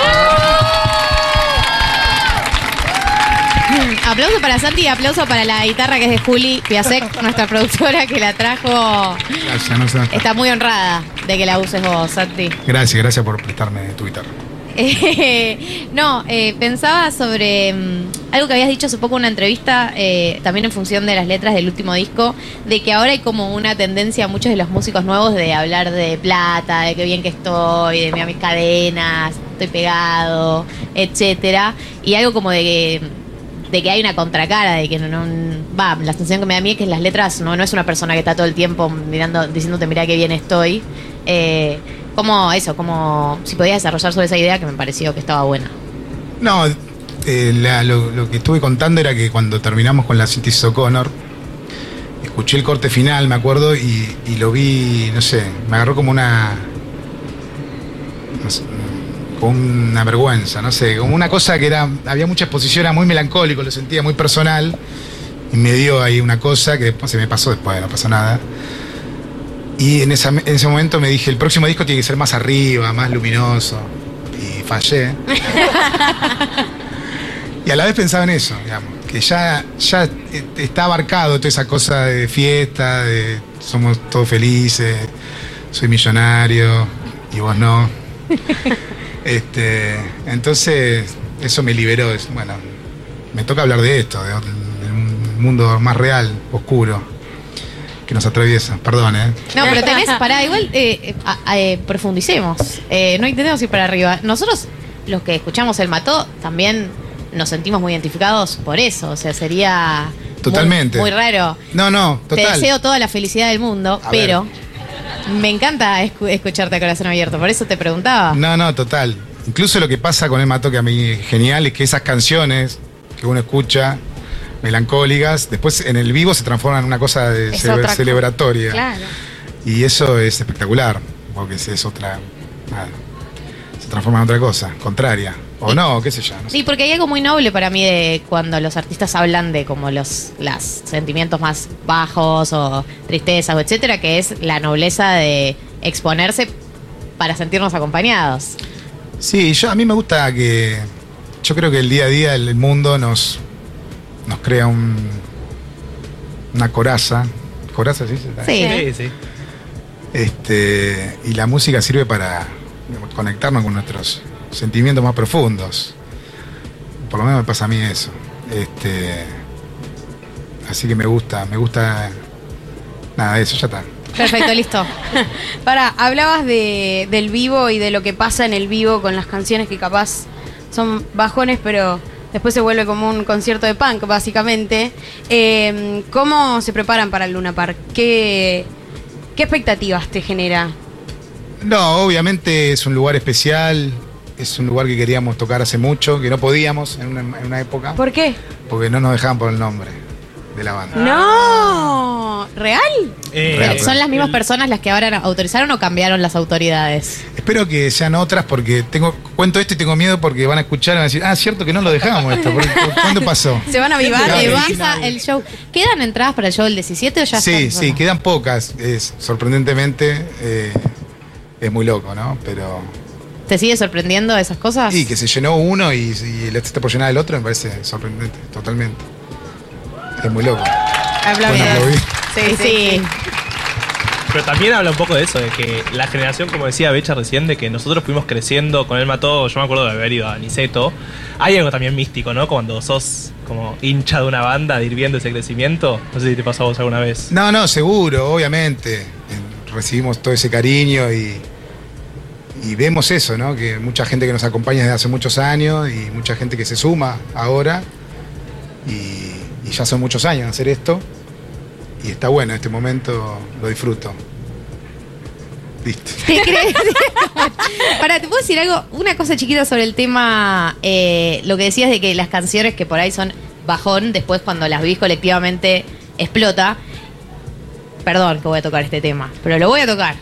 Aplauso para Santi y aplauso para la guitarra que es de Juli Piasek, nuestra productora que la trajo. Gracias, no sé. Está muy honrada de que la uses vos, Santi. Gracias, gracias por prestarme tu guitarra. Eh, no, eh, pensaba sobre mm, algo que habías dicho hace poco en una entrevista, eh, también en función de las letras del último disco, de que ahora hay como una tendencia a muchos de los músicos nuevos de hablar de plata, de qué bien que estoy, de mira mis cadenas, estoy pegado, etcétera, y algo como de que de que hay una contracara, de que no, no- va, la sensación que me da a mí es que las letras no, no es una persona que está todo el tiempo mirando, diciéndote mira qué bien estoy. Eh, como eso, como si podías desarrollar sobre esa idea que me pareció que estaba buena. No, eh, la- lo, lo que estuve contando era que cuando terminamos con la síntesis O'Connor, escuché el corte final, me acuerdo, y, y lo vi, no sé, me agarró como una. no sé, como una vergüenza, no sé, como una cosa que era. Había mucha exposición, era muy melancólico, lo sentía muy personal, y me dio ahí una cosa que después se me pasó, después no pasó nada. Y en, esa- en ese momento me dije, el próximo disco tiene que ser más arriba, más luminoso. Y fallé. Y a la vez pensaba en eso, digamos, que ya, ya eh, está abarcado toda esa cosa de fiesta, de somos todos felices, soy millonario y vos no. Este, entonces, eso me liberó. es- Bueno, me toca hablar de esto, de, de un mundo más real, oscuro, que nos atraviesa. Perdón, ¿eh? No, pero tenés, pará, igual eh, eh, a- a- eh, profundicemos. Eh, no intentemos ir para arriba. Nosotros, los que escuchamos El Mató, también nos sentimos muy identificados por eso. O sea, sería muy- Totalmente. muy, raro. No, no, total. Te deseo toda la felicidad del mundo, A ver. pero me encanta escu- escucharte a corazón abierto. Por eso te Ah. preguntaba. No, no, total. Incluso lo que pasa con el Mato, que a mí es genial, es que esas canciones que uno escucha, melancólicas, después en el vivo se transforman en una cosa de Es cele- otra cosa. celebratoria. Claro. Y eso es espectacular, porque es, es otra. nada, se transforma en otra cosa, contraria. O no, qué sé yo. no sé. Sí, porque hay algo muy noble para mí de cuando los artistas hablan de como los las sentimientos más bajos o tristezas o etcétera, que es la nobleza de exponerse para sentirnos acompañados. Sí, yo, a mí me gusta que. Yo creo que el día a día el mundo nos, nos crea un, una coraza. ¿Coraza sí? Sí. Sí, Este, y la música sirve para digamos, conectarnos con nuestros sentimientos más profundos. Por lo menos me pasa a mí eso. Este, así que me gusta, me gusta. Nada, eso ya está. Perfecto, listo. Para, hablabas de, del vivo y de lo que pasa en el vivo con las canciones que capaz son bajones, pero después se vuelve como un concierto de punk, básicamente. Eh, ¿Cómo se preparan para el Luna Park? ¿Qué, qué expectativas te genera? No, obviamente es un lugar especial, es un lugar que queríamos tocar hace mucho, que no podíamos en una, en una época, ¿Por qué? porque no nos dejaban por el nombre de la Ah. banda. ¡No! ¿Real? Real, ¿Son real. las mismas personas las que ahora autorizaron o cambiaron las autoridades? Espero que sean otras porque tengo cuento esto y tengo miedo porque van a escuchar y van a decir, ah, cierto que no lo dejamos esto, ¿por- por- ¿cuándo pasó? Se van a avivar, Claro. te vas a el show. ¿Quedan entradas para el show del 17 o ya Sí, están? sí, quedan pocas, es, sorprendentemente eh, es muy loco, ¿no? Pero... ¿Te sigue sorprendiendo esas cosas? Y que se llenó uno y, y el otro está por llenar el otro, me parece sorprendente, totalmente. Es muy loco. Bueno, aplaudí. Sí, sí. Pero también habla un poco de eso, de que la generación, como decía Becha recién, de que nosotros fuimos creciendo con el mató, yo me acuerdo de haber ido a Niceto. Hay algo también místico, ¿no? Cuando sos como hincha de una banda, de ir viendo ese crecimiento. No sé si te pasó a vos alguna vez. No, no, seguro, obviamente. Eh, Recibimos todo ese cariño y, y vemos eso, ¿no? Que mucha gente que nos acompaña desde hace muchos años y mucha gente que se suma ahora. Y, y ya son muchos años hacer esto. Y está bueno, este momento lo disfruto. Listo. ¿Te crees? Para, ¿te puedo decir algo? Una cosa chiquita sobre el tema, eh, lo que decías de que las canciones que por ahí son bajón, después cuando las vivís colectivamente explota. Perdón que voy a tocar este tema, pero lo voy a tocar.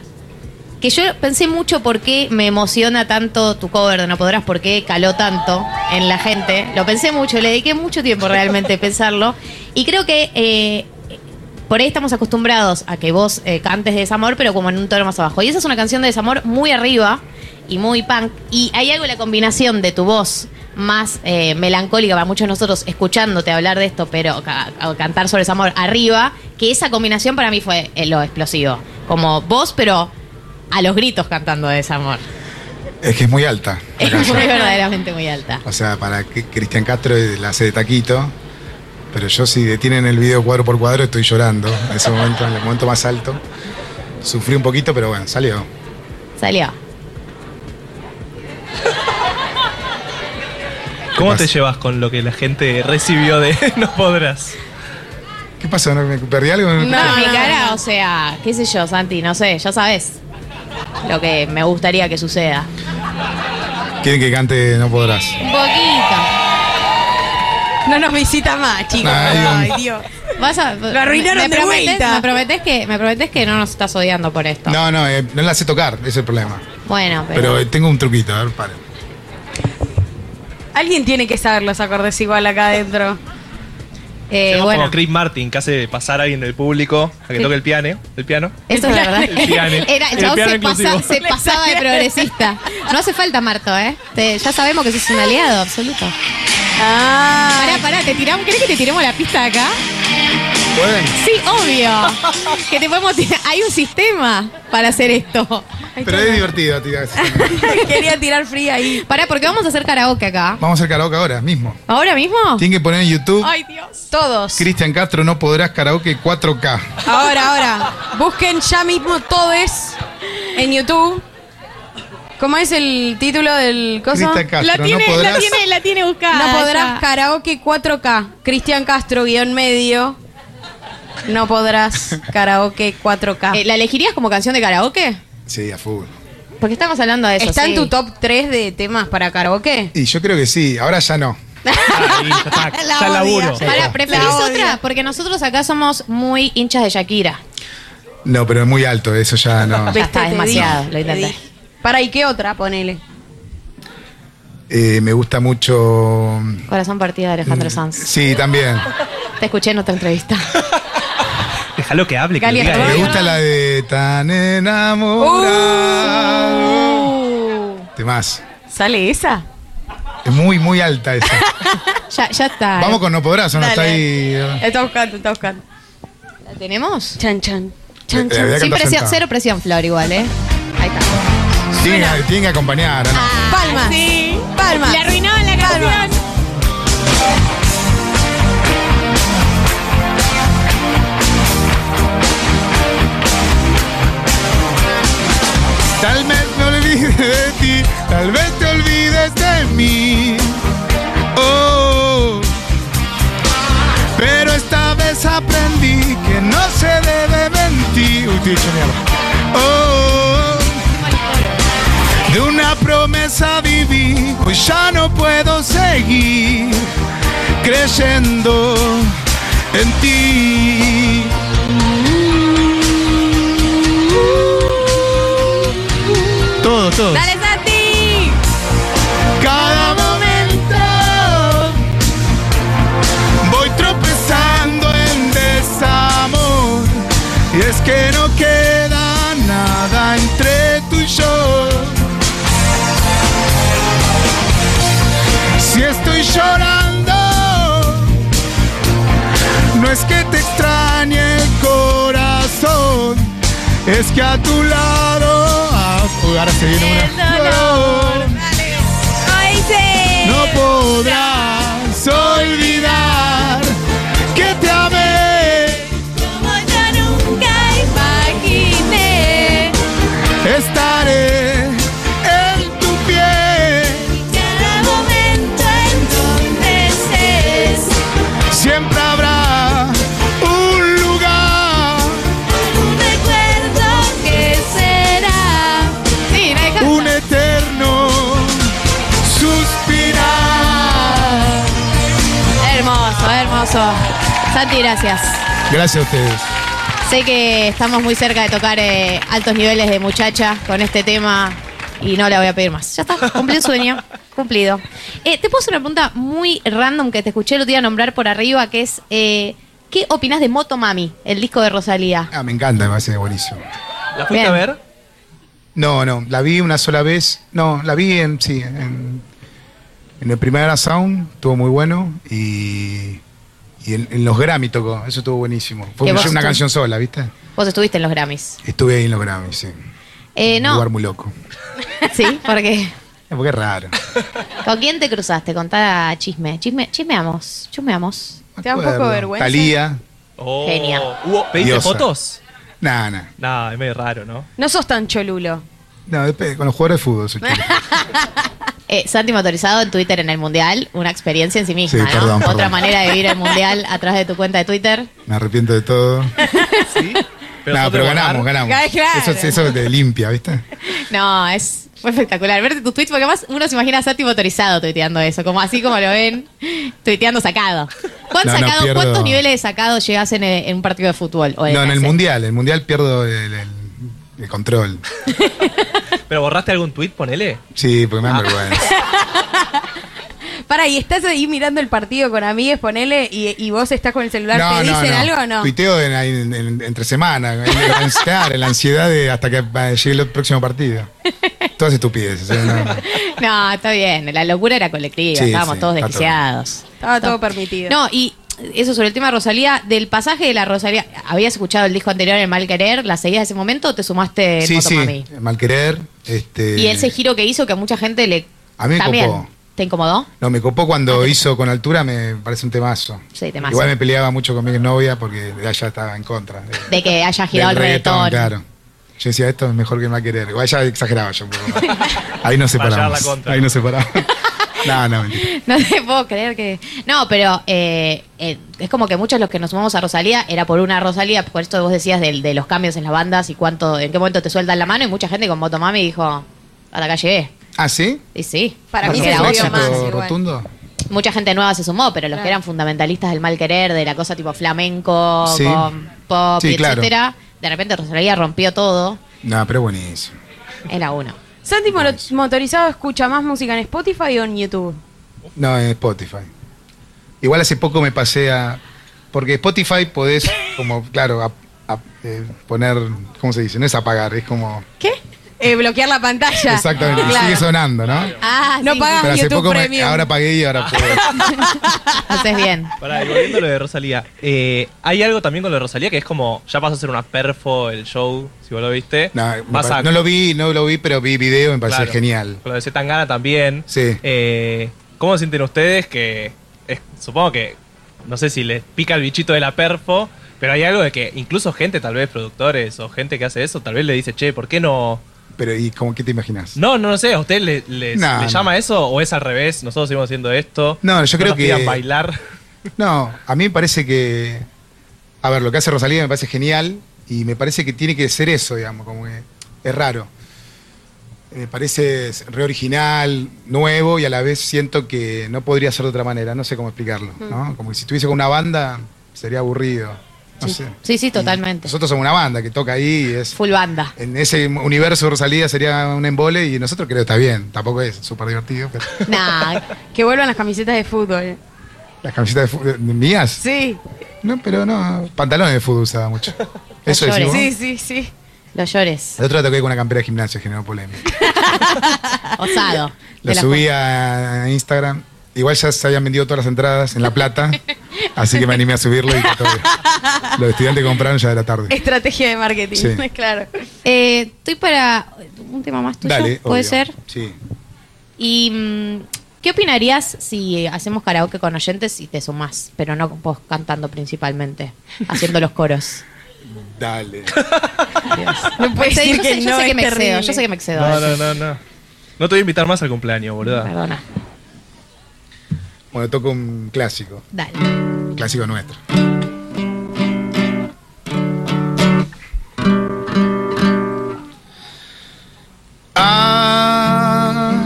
Que yo pensé mucho por qué me emociona tanto tu cover de No Podrás, por qué caló tanto en la gente. Lo pensé mucho, le dediqué mucho tiempo realmente a pensarlo. Y creo que eh, por ahí estamos acostumbrados a que vos eh, cantes de desamor, pero como en un tono más abajo. Y esa es una canción de desamor muy arriba y muy punk. Y hay algo en la combinación de tu voz más eh, melancólica para muchos de nosotros escuchándote hablar de esto, pero ca- o cantar sobre ese amor arriba, que esa combinación para mí fue eh, lo explosivo. Como vos, pero a los gritos cantando de ese amor. Es que es muy alta. la Es canción. muy verdaderamente muy alta. O sea, para que Cristian Castro la hace de taquito. Pero yo si detienen el video cuadro por cuadro estoy llorando. En ese momento, en el momento más alto. Sufrí un poquito, pero bueno, salió. Salió. ¿Cómo te llevas con lo que la gente recibió de No Podrás? ¿Qué pasó? ¿No me perdí algo? No, mi cara, o sea, qué sé yo, Santi, no sé, ya sabes lo que me gustaría que suceda. Quieren que cante No Podrás. Un poquito. No nos visita más, chicos. Ay, Ay, Dios. Vas a, Lo arruinaron me de prometés- vuelta. Me prometés, que, me prometés que no nos estás odiando por esto. No, no, eh, no la sé tocar, ese es el problema. Bueno, pero... Pero eh, tengo un truquito, a ver, paren. Alguien tiene que saber los acordes igual acá adentro. Eh, Hacemos bueno, como Chris Martin, que hace pasar a alguien del público a que toque el piano. El piano. eso es la verdad. El piano. Era, El piano chabón se, pasa- inclusivo. se pasaba de progresista. No hace falta, Marto, ¿eh? Te- ya sabemos que sos un aliado, absoluto. Ah. Pará, pará, te tiramos, ¿querés que te tiremos la pista de acá? ¿Pueden? Sí, obvio. que te podemos tirar. Hay un sistema para hacer esto. Pero es divertido, tío. Quería tirar fría ahí. Pará, porque vamos a hacer karaoke acá. Vamos a hacer karaoke ahora mismo. ¿Ahora mismo? Tienen que poner en YouTube Ay, Dios. Todos. Cristian Castro No Podrás Karaoke 4K. Ahora, ahora. Busquen ya mismo todos en YouTube. ¿Cómo es el título del cosa? Cristian Castro, La no tiene- la podrás- tiene- la tiene buscada. No podrás ya. karaoke 4K. Cristian Castro, guión medio. No podrás karaoke 4K. Eh, ¿La elegirías como canción de karaoke? Sí, a full. Porque estamos hablando de eso. ¿Está en sí. tu top 3 de temas para karaoke? Y yo creo que sí, ahora ya no. La ya laburo. Pará, ¿preferís otra? Porque nosotros acá somos muy hinchas de Shakira. No, pero es muy alto, eso ya no. Ya está, te dije, demasiado, lo te intenté. dije. Para, ¿y qué otra? Ponele. Eh, me gusta mucho. Corazón partido de Alejandro Mm. Sanz. Sí, también. Te escuché en otra entrevista. Déjalo que hable, que lo Galia, diga Me él. gusta la de Tan enamorado. Uh. Temás. ¿Sale esa? Es muy, muy alta esa. Ya, ya está. Vamos con No Podrás, ¿o no está ahí. Está buscando, está buscando. ¿La tenemos? Chan, chan. Chan, Eh, chan. había que cantar Sin presión, sentada. cero presión, Flor, igual, ¿eh? Ahí está. Tienen, que- tienen que acompañar, ¿o ¿no? Ah. Palmas. Sí. Palmas. Le arruinaban la canción. Tal vez me olvide de ti, tal vez te olvides de mí. Oh, pero esta vez aprendí que no se debe mentir. Uy, te he dicho mierda. Oh, de una promesa viví, hoy ya no puedo seguir creyendo en ti. Todo, todo. ¡Dale, Santi! Cada momento voy tropezando en desamor. Y es que no queda nada entre tú y yo. Si estoy llorando, no es que te extrañe el corazón, es que a tu lado. Ah, uy, ahora se viene una. No podrás olvidar que te amé. Como yo nunca imaginé Estaré en tu piel. cada momento en donde estés. Siempre habrá un lugar, Un recuerdo que será. un eterno suspirar. Ah. Hermoso, hermoso. Santi, gracias. Gracias a ustedes. Sé que estamos muy cerca de tocar eh, altos niveles de muchacha con este tema y no la voy a pedir más. Ya está, cumplí un sueño, cumplido. Eh, te puedo hacer una pregunta muy random que te escuché el otro día nombrar por arriba, que es, eh, ¿qué opinas de Motomami, el disco de Rosalía? Ah, me encanta, me parece buenísimo. ¿La fuiste a Bien. ver? No, no, la vi una sola vez. No, la vi en, sí, en, En el primer Sound estuvo muy bueno y, y en, en los Grammy tocó, eso estuvo buenísimo. Fue Que una vos una estu- canción sola, ¿viste? Vos estuviste en los Grammys. Estuve ahí en los Grammy, sí. Eh, Un no, lugar muy loco. sí, porque... Eh, Porque es raro. ¿Con quién te cruzaste? Contá chisme. Chisme, chismeamos, chismeamos. Te da un poco de vergüenza. Thalía. Genia. Oh, ¿Hubo, ¿Pediste Diosa. fotos? Nah, nah. Nah, es medio raro, ¿no? No sos tan cholulo. No, depende, con los jugadores de fútbol. soy chico. Eh, Santi Motorizado en Twitter en el Mundial, una experiencia en sí misma, Sí, ¿no? perdón, Otra perdón. manera de vivir el Mundial a través de tu cuenta de Twitter. Me arrepiento de todo. Pero no, nosotros pero ganar. ganamos, ganamos. Ay, claro. Eso, eso te limpia, ¿viste? No, es fue espectacular verte tus tweets, porque además uno se imagina a Santi Motorizado tuiteando eso, como así como lo ven, tuiteando sacado. ¿Cuán No, no, sacado- pierdo. ¿Cuántos niveles de sacado llegas en, eh, en un partido de fútbol? O de No, en el básquet? mundial. En el mundial pierdo el, el- el control. ¿Pero borraste algún tweet? Ponele. Ah. Sí, porque me da vergüenza. Para, y estás ahí mirando el partido con amigues, ponele, y, y vos estás con el celular, ¿te dicen algo o no? Tuiteo en- en- en- entre semana. En, la ansiedad- en la ansiedad de hasta que eh, llegue el próximo partido. Todas estupideces. ¿eh? No, no. No, está bien, la locura era colectiva, Sí, estábamos sí, todos está todo bien. desquiciados. Estaba todo permitido. No, y eso sobre el tema de Rosalía, del pasaje de la Rosalía, ¿habías escuchado el disco anterior, El Mal Querer? ¿La seguías de ese momento o te sumaste en Sí, Motomami? sí. Mal querer. Este, Y ese giro que hizo que a mucha gente le... A mí me también, copó. ¿Te incomodó? No, me copó cuando hizo con altura, me parece un temazo. Sí, temazo. Igual me peleaba mucho con mi novia porque ella estaba en contra. de- De que haya girado el del reggaetón, reggaetón. Claro. Yo decía, esto es mejor que me va a querer. Igual ya exageraba yo un poco. Ahí nos Fallar separamos. la contra. Ahí nos separamos. no, no, mentira. No te puedo creer que... No, pero eh, eh, es como que muchos los que nos sumamos a Rosalía era por una Rosalía, por esto vos decías del- de, los cambios en las bandas y cuánto, en qué momento te sueltan la mano y mucha gente con Motomami dijo, hasta acá llegué. ¿Ah, sí? Y sí. Para ¿No mí fue era un obvio éxito más, igual. rotundo? Mucha gente nueva se sumó, pero los que eran fundamentalistas del mal querer, de la cosa tipo flamenco, Sí. con pop, Sí, y claro. etcétera, de repente Rosalía rompió todo. No, pero buenísimo. Era uno. Santi Moro- Motorizado escucha más música en Spotify o en YouTube. No, en Spotify. Igual hace poco me pasé a... Porque Spotify podés, como, claro, a- a- eh, poner... ¿Cómo se dice? No es apagar, es como... Eh, bloquear la pantalla. Exactamente, Claro. sigue sonando, ¿no? Ah, no pagas Pero hace YouTube poco me- Premium. ahora pagué y ahora puedo. Haces bien. Pará, y volviendo a lo de Rosalía. eh, hay algo también con lo de Rosalía que es como, ya pasó a ser una perfo el show, si vos lo viste. No, me Vas pare- a- no lo vi, no lo vi, pero vi video, me pareció Claro. genial. Con lo de Zetangana también. Sí. Eh, ¿Cómo sienten ustedes que, es- supongo que, no sé si les pica el bichito de la perfo, pero hay algo de que incluso gente, tal vez productores o gente que hace eso, tal vez le dice, che, ¿por qué no? Pero, ¿y cómo qué te imaginas? No, no, no sé, ¿a usted le, les- No, le no. llama eso o es al revés? Nosotros seguimos haciendo esto. No, yo creo nos que- pidan bailar. No, a mí me parece que. A ver, lo que hace Rosalía me parece genial y me parece que tiene que ser eso, digamos, como que es raro. Me parece re original, nuevo y a la vez siento que no podría ser de otra manera, no sé cómo explicarlo, Mm. ¿no? Como que si estuviese con una banda sería aburrido, no sé. Sí, sí, totalmente. Nosotros somos una banda que toca ahí y es. Full banda. En ese universo de Rosalía sería un embole y nosotros creo que está bien, tampoco es súper divertido, pero. Nah, que vuelvan las camisetas de fútbol. Las camisetas de fútbol, mías. Sí. No, pero no, pantalones de fútbol usaba mucho. Eso es. Sí, sí, sí. Los llores. El otro día toqué con una campera de gimnasia, generó polémica. Osado. Lo De la subí a Instagram. Igual ya se habían vendido todas las entradas en La Plata, así que me animé a subirlo y que todo bien. los estudiantes compraron ya de la tarde. Estrategia de marketing. Sí. Claro. Eh, estoy para un tema más tuyo, Dale, puede obvio. ser. Sí. ¿Y mm, qué opinarías si hacemos karaoke con oyentes y te sumás, pero no vos cantando principalmente, haciendo los coros? Dale. No puede Yo sé- decir yo que sé- yo no sé es que me terrible. excedo, yo sé que me excedo. No, no, no, no. No te voy a invitar más al cumpleaños, boludo. Perdona. Bueno, toco un clásico, Dale. un clásico nuestro. Ah,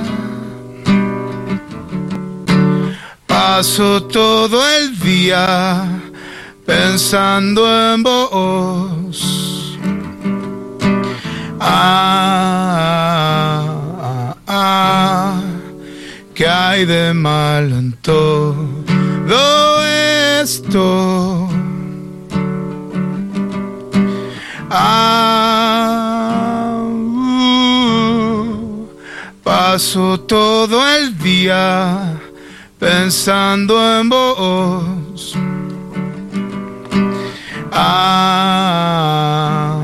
paso todo el día pensando en vos. Ah, ah, ah, ¿qué hay de malo en todo esto? Ah, uh, paso todo el día pensando en vos. Ah,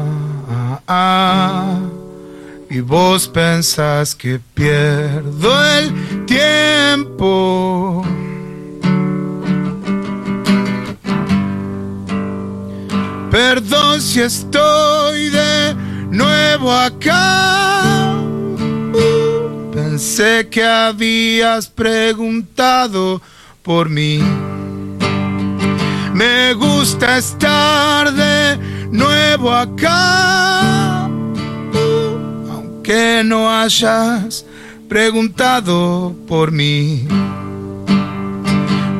ah, ah. y vos pensás que pierdo el tiempo. Perdón si estoy de nuevo acá. Pensé que habías preguntado por mí. Me gusta estar de nuevo acá. Aunque no hayas preguntado por mí.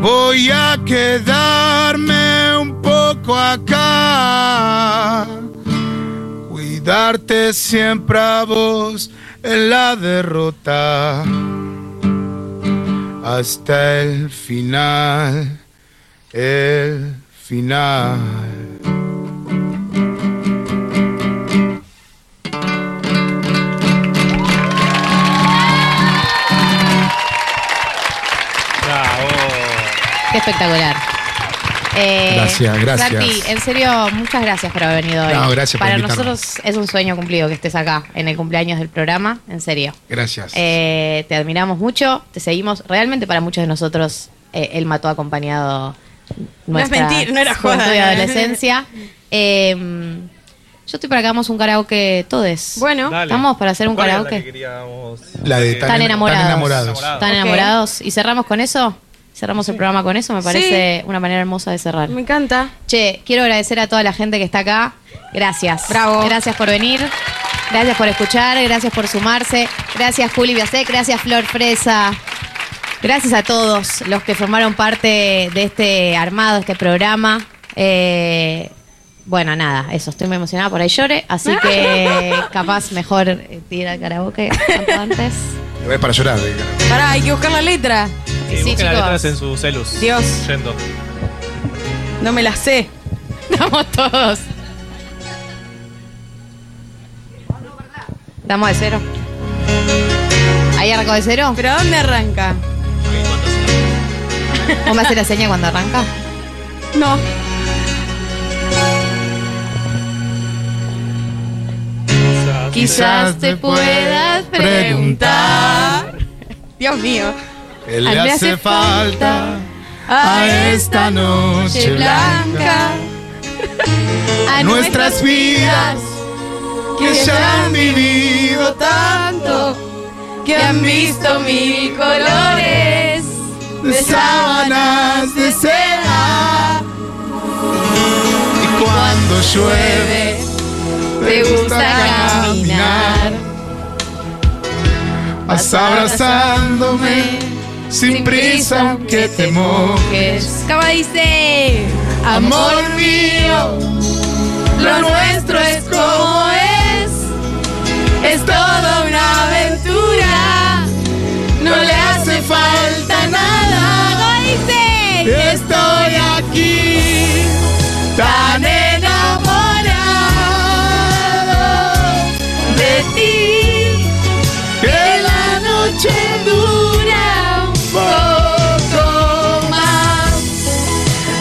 Voy a quedarme un poco acá. Cuidarte siempre a vos en la derrota. Hasta el final. El final. Qué espectacular. Eh, Gracias, gracias. Santi, en serio, muchas gracias por haber venido hoy. No, gracias por Para invitarme. nosotros es un sueño cumplido que estés acá en el cumpleaños del programa, en serio. Gracias. Eh, te admiramos mucho, te seguimos. Realmente para muchos de nosotros, eh, él mató acompañado No es nuestra mentir, no era juventud joda. ¿eh? y adolescencia. Eh, yo estoy para que hagamos un karaoke todes. Bueno, Dale. estamos para hacer un ¿Cuál era la karaoke. que queríamos? La de Están enamorados. Tan enamorados. Están Ok. enamorados. ¿Y cerramos con eso? Cerramos el programa con eso, me Sí. parece una manera hermosa de cerrar. Me encanta. Che, quiero agradecer a toda la gente que está acá. Gracias. Bravo. Gracias por venir. Gracias por escuchar. Gracias por sumarse. Gracias, Juli Biasek. Gracias, Flor Fresa. Gracias a todos los que formaron parte de este armado, este programa. Eh, bueno, nada, eso, estoy muy emocionada, por ahí llore, así que capaz mejor eh, ir al karaoke cuanto antes. Es para llorar. diga. Pará, hay que buscar la letra. Eh, Sí, busquen las chicos. letras en sus celus. Dios. Yendo. No me la sé. Estamos todos. Estamos de cero. ¿Ahí arrancó de cero? ¿Pero dónde arranca? ¿Vos me haces la seña cuando arranca? No. Quizás te puedas preguntar. Dios mío. Él le hace falta a esta noche blanca A nuestras vidas que ya han vivido tanto, que han visto mil colores de sábanas de seda. Y cuando llueve, te gusta caminar, vas abrazándome sin prisa que te mojes. ¿Cómo dice? Amor mío, lo nuestro es como es. Es toda una aventura. No le hace falta nada. ¿Cómo dice? Estoy aquí tan enamorado de ti que la noche dura un poco más.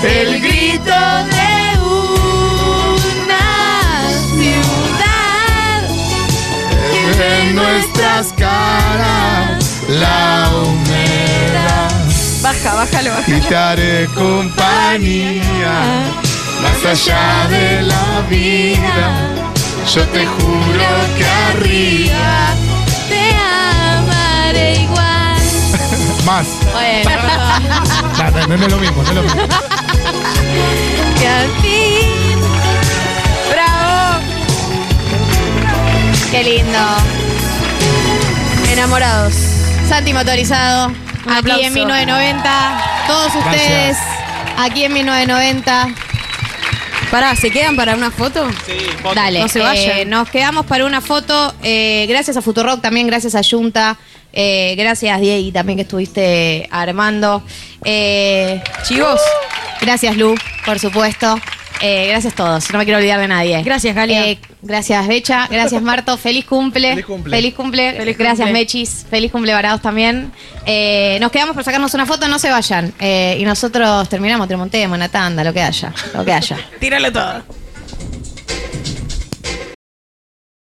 El grito de una ciudad que en nuestras caras la humedad. Baja, bájalo, Y bájalo. te haré compañía más allá de la vida. Yo te juro que arriba Te amaré igual. Más. Bueno. No, no, no, no es lo mismo, no es lo mismo. que al fin. ¡Bravo! Qué lindo. Enamorados. Santi motorizado. Un aquí aplauso. en 1990. Todos Gracias. ustedes. Aquí en 1990. Pará, ¿se quedan para una foto? Sí, Dale, No se vayan. eh, nos quedamos para una foto. Eh, gracias a Futurock también, gracias a Junta. eh, gracias, Diego, también que estuviste armando. Eh, Chicos. Gracias, Lu, por supuesto. Eh, gracias a todos, no me quiero olvidar de nadie. Gracias, Galia. gracias, Becha. Gracias, Marto. Feliz cumple. Feliz cumple. Feliz cumple. gracias, Mechis. Feliz cumple, Varados también. Eh, nos quedamos por sacarnos una foto, no se vayan. Eh, y nosotros terminamos, te montemos, una tanda, lo que haya. Lo que haya. Tíralo todo.